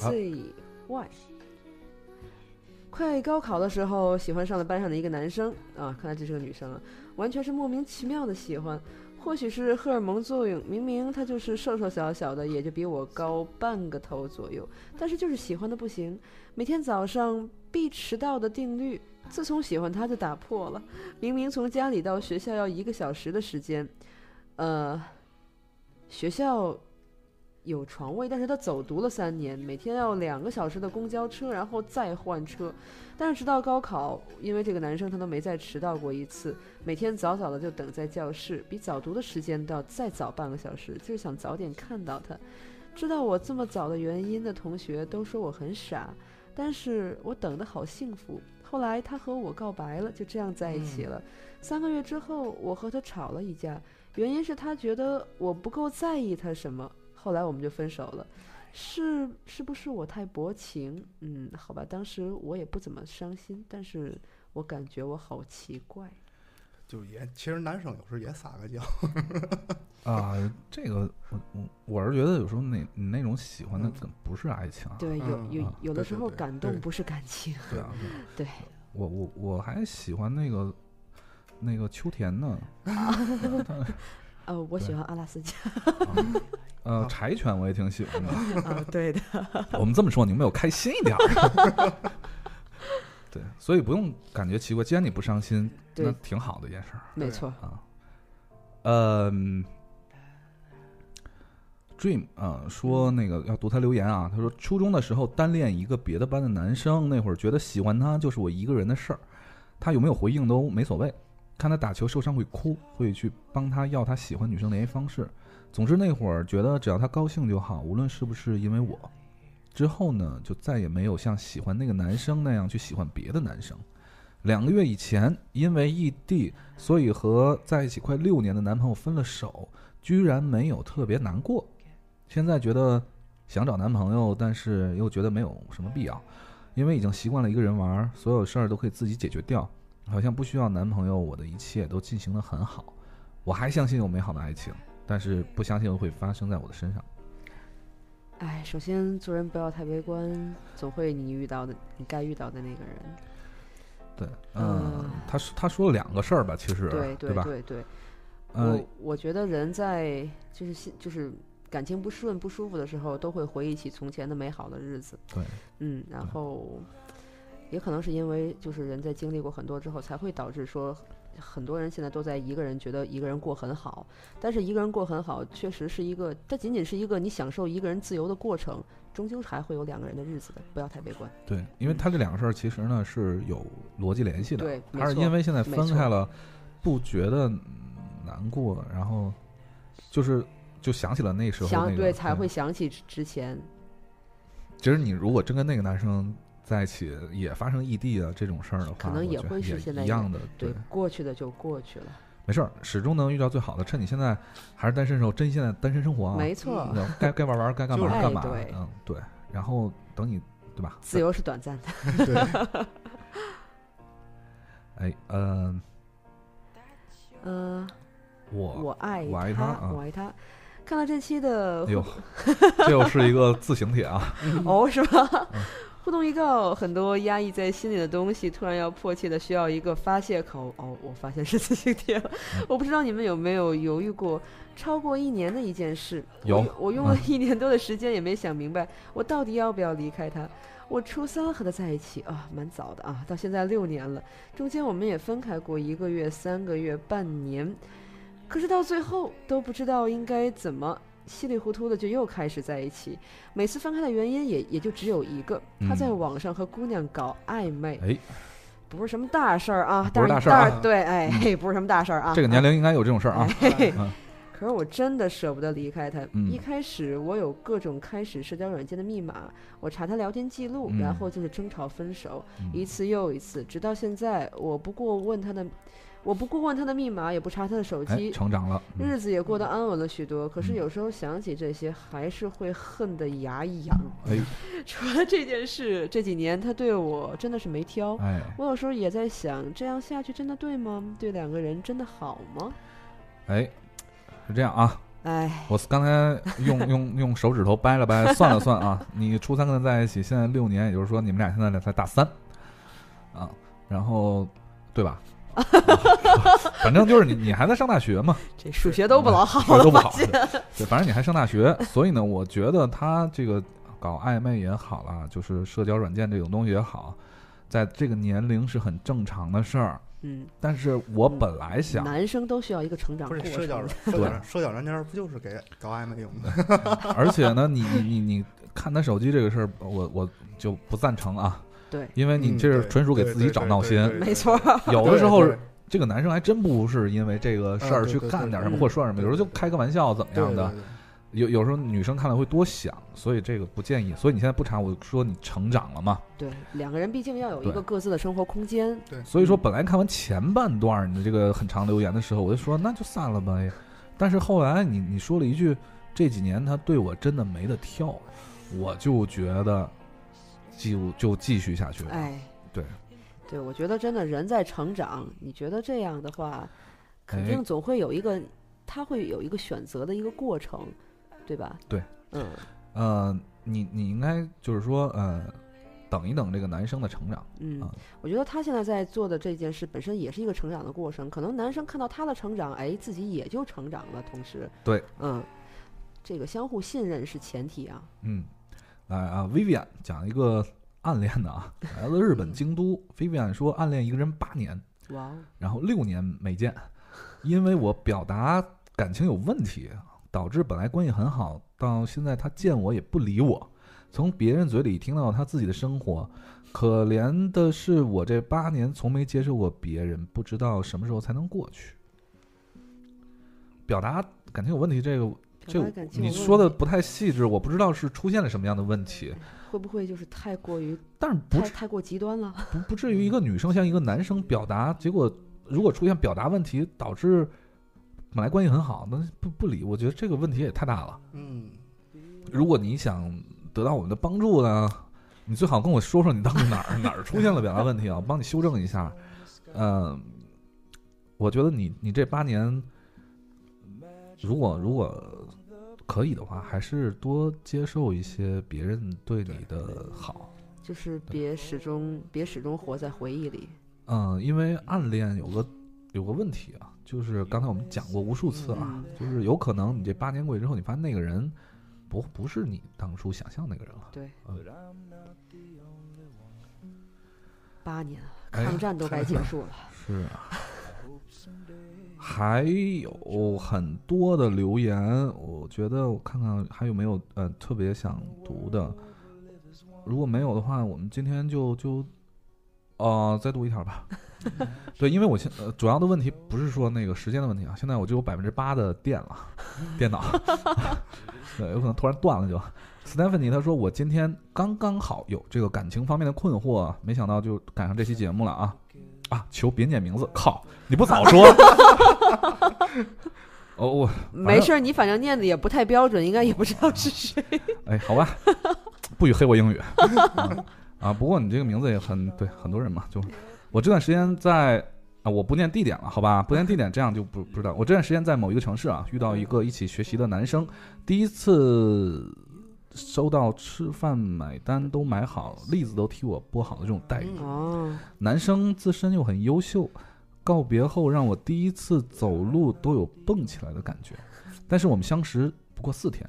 啊最外。快高考的时候，喜欢上了班上的一个男生啊，看来这是个女生啊，完全是莫名其妙的喜欢，或许是荷尔蒙作用，明明他就是瘦瘦小小的，也就比我高半个头左右，但是就是喜欢的不行，每天早上必迟到的定律，自从喜欢他就打破了。明明从家里到学校要一个小时的时间，呃，学校有床位，但是他走读了三年，每天要两个小时的公交车，然后再换车。但是直到高考，因为这个男生他都没再迟到过一次，每天早早的就等在教室，比早读的时间到再早半个小时，就是想早点看到他。知道我这么早的原因的同学都说我很傻，但是我等的好幸福。后来他和我告白了，就这样在一起了。三个月之后，我和他吵了一架，原因是他觉得我不够在意他什么。后来我们就分手了，是是不是我太薄情？嗯，好吧，当时我也不怎么伤心，但是我感觉我好奇怪。就也其实男生有时候也撒个娇，啊，这个我我我是觉得有时候那你那种喜欢的嗯可不是爱情啊，对，有嗯有啊有的对时对候对感对动不是感情， 对啊，对啊对，我我我还喜欢那个那个秋田呢，呃，我喜对欢阿拉斯加啊呃，柴犬我也挺喜欢的。啊，对的，我们这么说，你们有开心一点儿。 对，所以不用感觉奇怪，既然你不伤心，对那挺好的一件事儿。没对错，啊，嗯，Dream 啊、说那个要读他留言啊，他说初中的时候单恋一个别的班的男生，那会儿觉得喜欢他就是我一个人的事儿，他有没有回应都没所谓。看他打球受伤会哭，会去帮他要他喜欢女生联系方式。总之那会儿觉得只要他高兴就好，无论是不是因为我。之后呢，就再也没有像喜欢那个男生那样去喜欢别的男生。两个月以前，因为异地所以和在一起快六年的男朋友分了手，居然没有特别难过。现在觉得想找男朋友，但是又觉得没有什么必要。因为已经习惯了一个人玩儿，所有事儿都可以自己解决掉，好像不需要男朋友，我的一切都进行得很好。我还相信有美好的爱情，但是不相信会发生在我的身上。哎，首先做人不要太悲观，总会你遇到的，你该遇到的那个人。对，嗯嗯，他说他说了两个事儿吧，其实对对啊吧？对对，嗯、我我觉得人在就是心就是感情不顺不舒服的时候，都会回忆起从前的美好的日子。对，嗯，然对后也可能是因为就是人在经历过很多之后，才会导致说很多人现在都在一个人觉得一个人过很好，但是一个人过很好，确实是一个，这仅仅是一个你享受一个人自由的过程，终究还会有两个人的日子的，不要太悲观。对，因为他这两个事儿其实呢是有逻辑联系的。嗯对没他是错因为现在没分错开了，不觉得难过，然后就是就想起了那时候那想个嗯对才会。想起之之前，其实你如果真跟那个男生在一起，也发生异地的这种事儿的话，可能我也觉得会是现在一一样的。对对，过去的就过去了，没事儿，始终能遇到最好的。趁你现在还是单身的时候，珍惜现在单身生活啊！没错，嗯该该玩玩，该干嘛就是干嘛哎对。嗯，对。然后等你，对吧？自由是短暂的。对，哎，嗯，嗯、我我爱我爱他啊我爱他。看到这期的哎呦，这又是一个自省帖啊！ 哦，是吧嗯？互动预告，很多压抑在心里的东西，突然要迫切的需要一个发泄口。哦，我发现是自行贴了。我不知道你们有没有犹豫过超过一年的一件事。有我我用了一年多的时间也没想明白，我到底要不要离开他。我初三和他在一起啊、蛮早的啊，到现在六年了。中间我们也分开过一个月、三个月、半年，可是到最后都不知道应该怎么，稀里糊涂的就又开始在一起。每次分开的原因也也就只有一个，他在嗯网上和姑娘搞暧昧，哎，不是什么大事儿啊，不是但大事儿啊但对，哎，嘿，不是什么大事儿啊。这个年龄应该有这种事儿啊。嘿嘿嗯可是我真的舍不得离开他。嗯一开始我有各种开始社交软件的密码，我查他聊天记录，嗯然后就是争吵分手，嗯一次又一次，直到现在，我不过问他的，我不过问他的密码，也不查他的手哎，机。成长了，嗯日子也过得安稳了许多，可是嗯有时候想起这些，还是会恨得牙一痒。哎 除了这件事，这几年他对我真的是没挑。哎我有时候也在想，这样下去真的对吗？对两个人真的好吗？哎，是这样啊。哎，我刚才用 用用手指头掰了掰， 算了算啊，你初三跟他在一起，现在六年，也就是说你们俩现在才大三啊，然后对吧？ 啊反正就是你，你还在上大学嘛，这数学都不老好嗯了，都不发好现。对，反正你还上大学，所以呢，我觉得他这个搞暧昧也好啦，就是社交软件这种东西也好，在这个年龄是很正常的事儿。嗯，但是我本来想，男生都需要一个成长不过是社程交的软。社交社交软件不就是给搞暧昧用的？而且呢，你你你你看他手机这个事儿，我我就不赞成啊，对，因为你嗯这是对纯属给对自己对找对闹对心。对没错。有的时候对，对这个男生还真不是因为这个事啊儿对去对干对点什么嗯或说点什么，有对时候就对对开个玩笑怎么对样对的。对有有时候女生看了会多想，所以这个不建议。所以你现在不查，我说你成长了嘛。对，两个人毕竟要有一对个各自的生活空间。所嗯以说，本来看完前半段你的这个很长留言的时候，我就说那就散了呗。但是后来你你说了一句，这几年他对我真的没得挑，我就觉得就就继续下去了。哎，对，对，我觉得真的人在成长，你觉得这样的话，肯哎定总会有一个，他会有一个选择的一个过程，对吧？对，嗯，呃，你你应该就是说，呃，等一等这个男生的成长。嗯啊，我觉得他现在在做的这件事本身也是一个成长的过程，可能男生看到他的成长，哎，自己也就成长了。同时，对，嗯，这个相互信任是前提啊。嗯，来啊，Vivian 讲一个暗恋的啊，来自日本京都。Vivian 说暗恋一个人八年，哇哦，然后六年没见，因为我表达感情有问题，导致本来关系很好，到现在他见我也不理我，从别人嘴里听到他自己的生活。可怜的是，我这八年从没接受过别人，不知道什么时候才能过去。表达感情有问题，这个这表达感情你有问说的题不太细致，我不知道是出现了什么样的问题，会不会就是太过于但是不太至太过极端了？ 不不至于一个女生向一个男生表达，结果如果出现表达问题，导致本来关系很好，那不不理，我觉得这个问题也太大了。嗯，如果你想得到我们的帮助呢，你最好跟我说说你当初哪儿哪儿出现了表达问题啊，我帮你修正一下。嗯，我觉得你你这八年，如果如果可以的话，还是多接受一些别人对你的好。就是别始终别始终活在回忆里。嗯，因为暗恋有个有个问题啊，就是刚才我们讲过无数次啊，嗯就是有可能你这八年过去之后，你发现那个人不不是你当初想象那个人了。对，嗯八年了，哎呀抗战都该结束了。是啊，还有很多的留言，我觉得我看看还有没有呃特别想读的，如果没有的话，我们今天就就，呃，再读一条吧。对，因为我现呃主要的问题不是说那个时间的问题啊，现在我只有百分之八的电了，电脑，对，有可能突然断了就。Stephanie 她说我今天刚刚好有这个感情方面的困惑，啊没想到就赶上这期节目了啊。啊，求别念名字，靠！你不早说。 哦，我没事儿，你反正念的也不太标准，应该也不知道是谁。哎，好吧，不许黑我英语、嗯啊！不过你这个名字也很对，很多人嘛，就我这段时间在啊，我不念地点了，好吧，不念地点，这样就不不知道。我这段时间在某一个城市啊，遇到一个一起学习的男生，第一次收到吃饭买单都买好，栗子都替我剥好的这种待遇。哦，男生自身又很优秀，告别后让我第一次走路都有蹦起来的感觉。但是我们相识不过四天，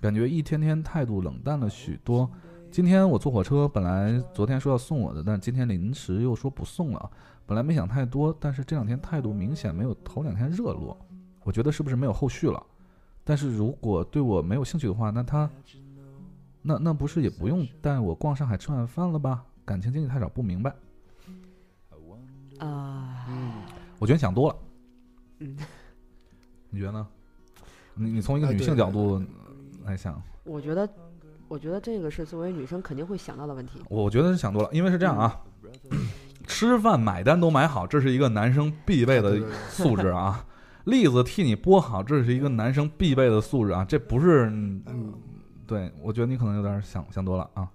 感觉一天天态度冷淡了许多。今天我坐火车，本来昨天说要送我的，但是今天临时又说不送了。本来没想太多，但是这两天态度明显没有头两天热络，我觉得是不是没有后续了？但是如果对我没有兴趣的话，那他，那那不是也不用带我逛上海吃晚饭了吧？感情经历太少，不明白。啊、嗯，我觉得你想多了。嗯， 你觉得呢？你你从一个哎女对性对角度来想，我觉得，我觉得这个是作为女生肯定会想到的问题。我觉得是想多了，因为是这样啊，嗯 吃饭买单都买好，这是一个男生必备的对对对素质啊。栗子替你剥好，这是一个男生必备的素质啊，这不是嗯，对，我觉得你可能有点想想多了啊。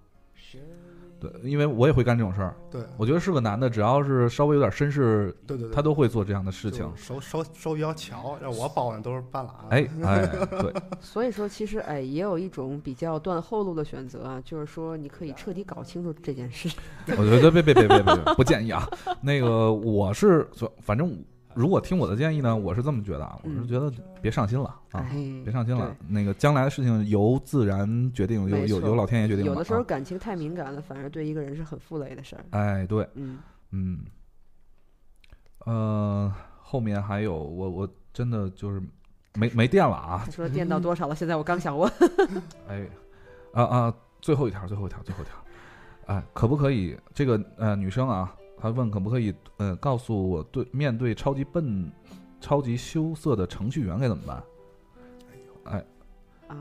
对，因为我也会干这种事儿。对我觉得是个男的，只要是稍微有点绅士，对对对，他都会做这样的事情就。手手手比较巧，让我包的都是半拉。哎，哎，对，所以说，其实哎，也有一种比较断后路的选择啊，就是说你可以彻底搞清楚这件事。 我觉得别别别别别，不建议啊。那个我是说，反正如果听我的建议呢，我是这么觉得啊，我是觉得别上心了啊，嗯 哎，别上心了。那个将来的事情由自然决定，由没由错由老天爷决定有的吧时候啊感情太敏感了，反而对一个人是很负累的事儿。哎，对，嗯，嗯，呃，后面还有我我真的就是没没电了啊他，说电到多少了？现在我刚 想问，哎，啊啊，最后一条，最后一条，最后一条，哎，可不可以这个呃女生啊，她问可不可以呃告诉我对面对超级笨、超级羞涩的程序员该怎么办？啊，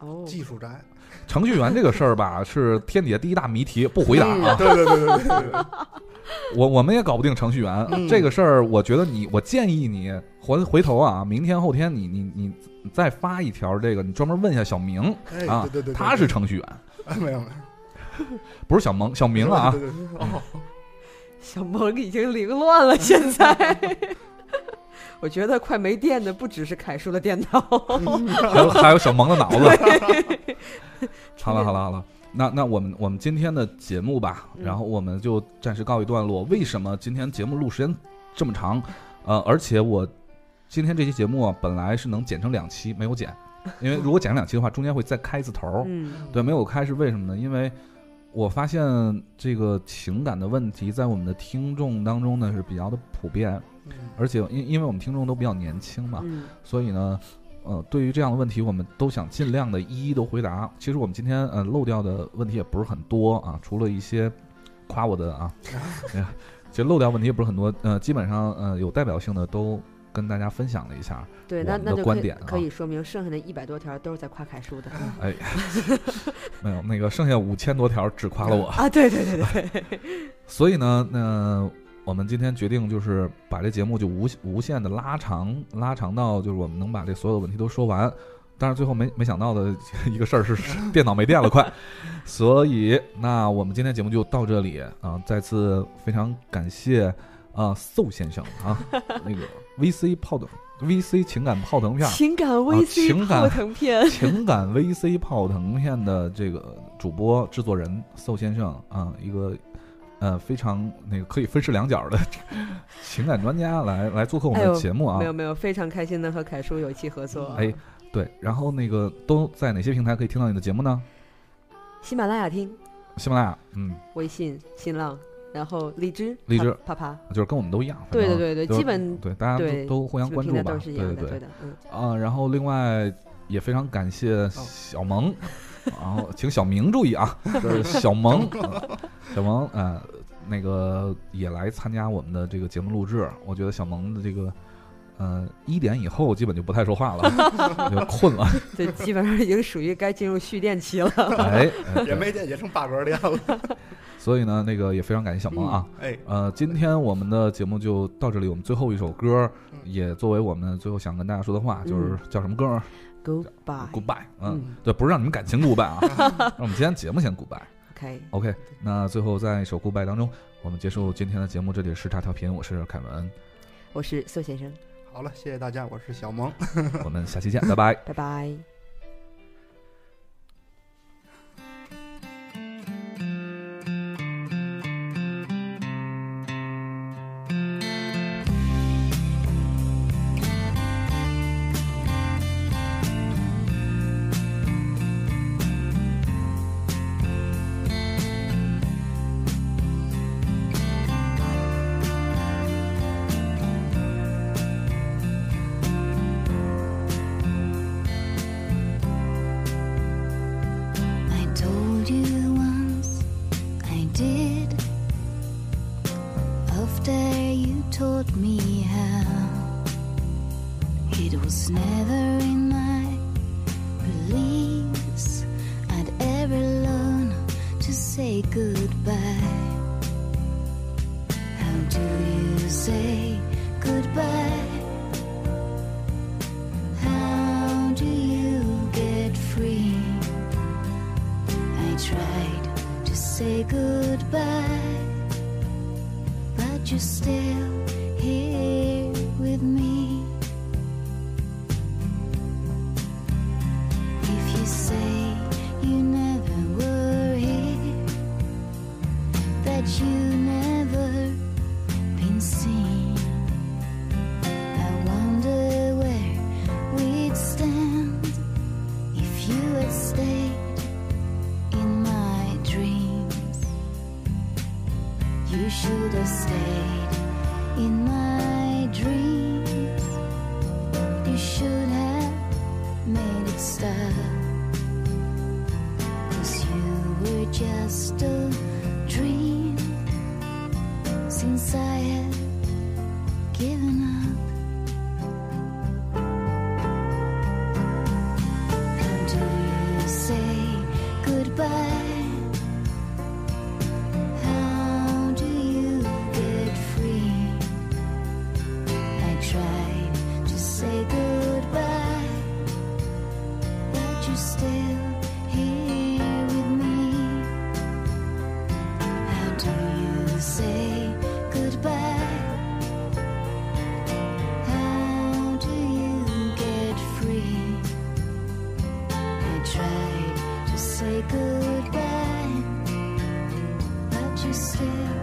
哦，技术宅，程序员这个事儿吧，是天底下第一大谜题，不回答啊。 对对对对对对，我我们也搞不定程序员、嗯这个事儿，我觉得你，我建议你回回头啊，明天后天你你你再发一条这个，你专门问一下小明，哎，啊对对对对，他是程序员，哎 没有没有不是小萌，小明啊对，对对对哦，小萌已经凌乱了，现在。 我觉得快没电的不只是凯叔的电脑，还有还有小萌的脑子。 好了好了好了，那那我们我们今天的节目吧，嗯然后我们就暂时告一段落。为什么今天节目录时间这么长？呃，而且我今天这期节目啊、本来是能剪成两期，没有 剪，因为如果剪成两期的话，中间会再开一次头。嗯，对，没有开是为什么呢？因为我发现这个情感的问题在我们的听众当中呢是比较的普遍，嗯而且因因为我们听众都比较年轻嘛，嗯，所以呢，呃，对于这样的问题，我们都想尽量的一一都回答。其实我们今天呃漏掉的问题也不是很多啊，除了一些夸我的啊，哎呀其实漏掉问题也不是很多，呃，基本上呃有代表性的都跟大家分享了一下。对，我那们那的就观可以点啊可以说明剩下的一百多条都是在夸凯叔的嗯哎，没有那个剩下五千多条只夸了我，啊，对对对 对，所以呢，那我们今天决定就是把这节目就无无限的拉长，拉长到就是我们能把这所有的问题都说完。但是最后没没想到的一个事儿是 是电脑没电了，快。所以那我们今天节目就到这里啊、再次非常感谢啊邹先生啊，那个 VC 炮等 VC 情感炮腾片儿。啊情感情 VC 感泡腾片， 情感 VC 泡腾片的这个主播制作人邹先生啊，一个呃非常那个可以分饰两 角的情感专家来来做客我们哎的呦节目啊 没。有没有，非常开心能和凯叔有一期合作。啊哎，对，然后那个都在哪些平台可以听到你的节目呢？喜马拉雅听、喜马拉雅，嗯，微信、新浪，然后荔枝、荔枝啪啪啪，就是跟我们都一样。反对正对对对，就是基本对，大家对都都互相基本关注平台吧。都是对一样对的，对的，嗯，啊，然后另外也非常感哦谢小萌，然后请小明注意 啊，就是小萌，呃小萌，呃，那个也来参加我们的这个节目录制。我觉得小萌的这个，呃，一点以后基本就不太说话了，就困 了，对，基本上已经属于该进入蓄电期了。 哎，哎嗯 对也没电，也剩八格电了。所以呢，那个也非常感谢小萌啊。哎，呃，今天我们的节目就到这里，我们最后一首歌嗯也作为我们最后想跟大家说的话，就是叫什么歌儿 Goodbye，OK，、 ？Goodbye，嗯嗯，对，不是让你们感情 Goodbye 啊，让我们今天节目先 Goodbye。OK，那最后在一首《Goodbye》当中，我们结束今天的节目。这里是叉调频，我是凯文，我是宋先生，好了，谢谢大家，我是小萌。我们下期见，拜拜。拜拜。 I told you once, I did. After you taught me how, it was never in my beliefs I'd ever learn to say goodbye. How do you say goodbye? How do you get free? I tried to say goodbye, but you're still here with me. If you say you never were here, that you never been seen, I wonder where we'd stand if you had stayed in my dreams. You should have stayed in my dreams. You should have made it stop. Cause you were just a dream since I had given up. How do you say goodbye? How do you get free? I tried to say goodbye, but you're still here with me. How do you say goodbye? How do you get free? I tried to say goodbye, but you still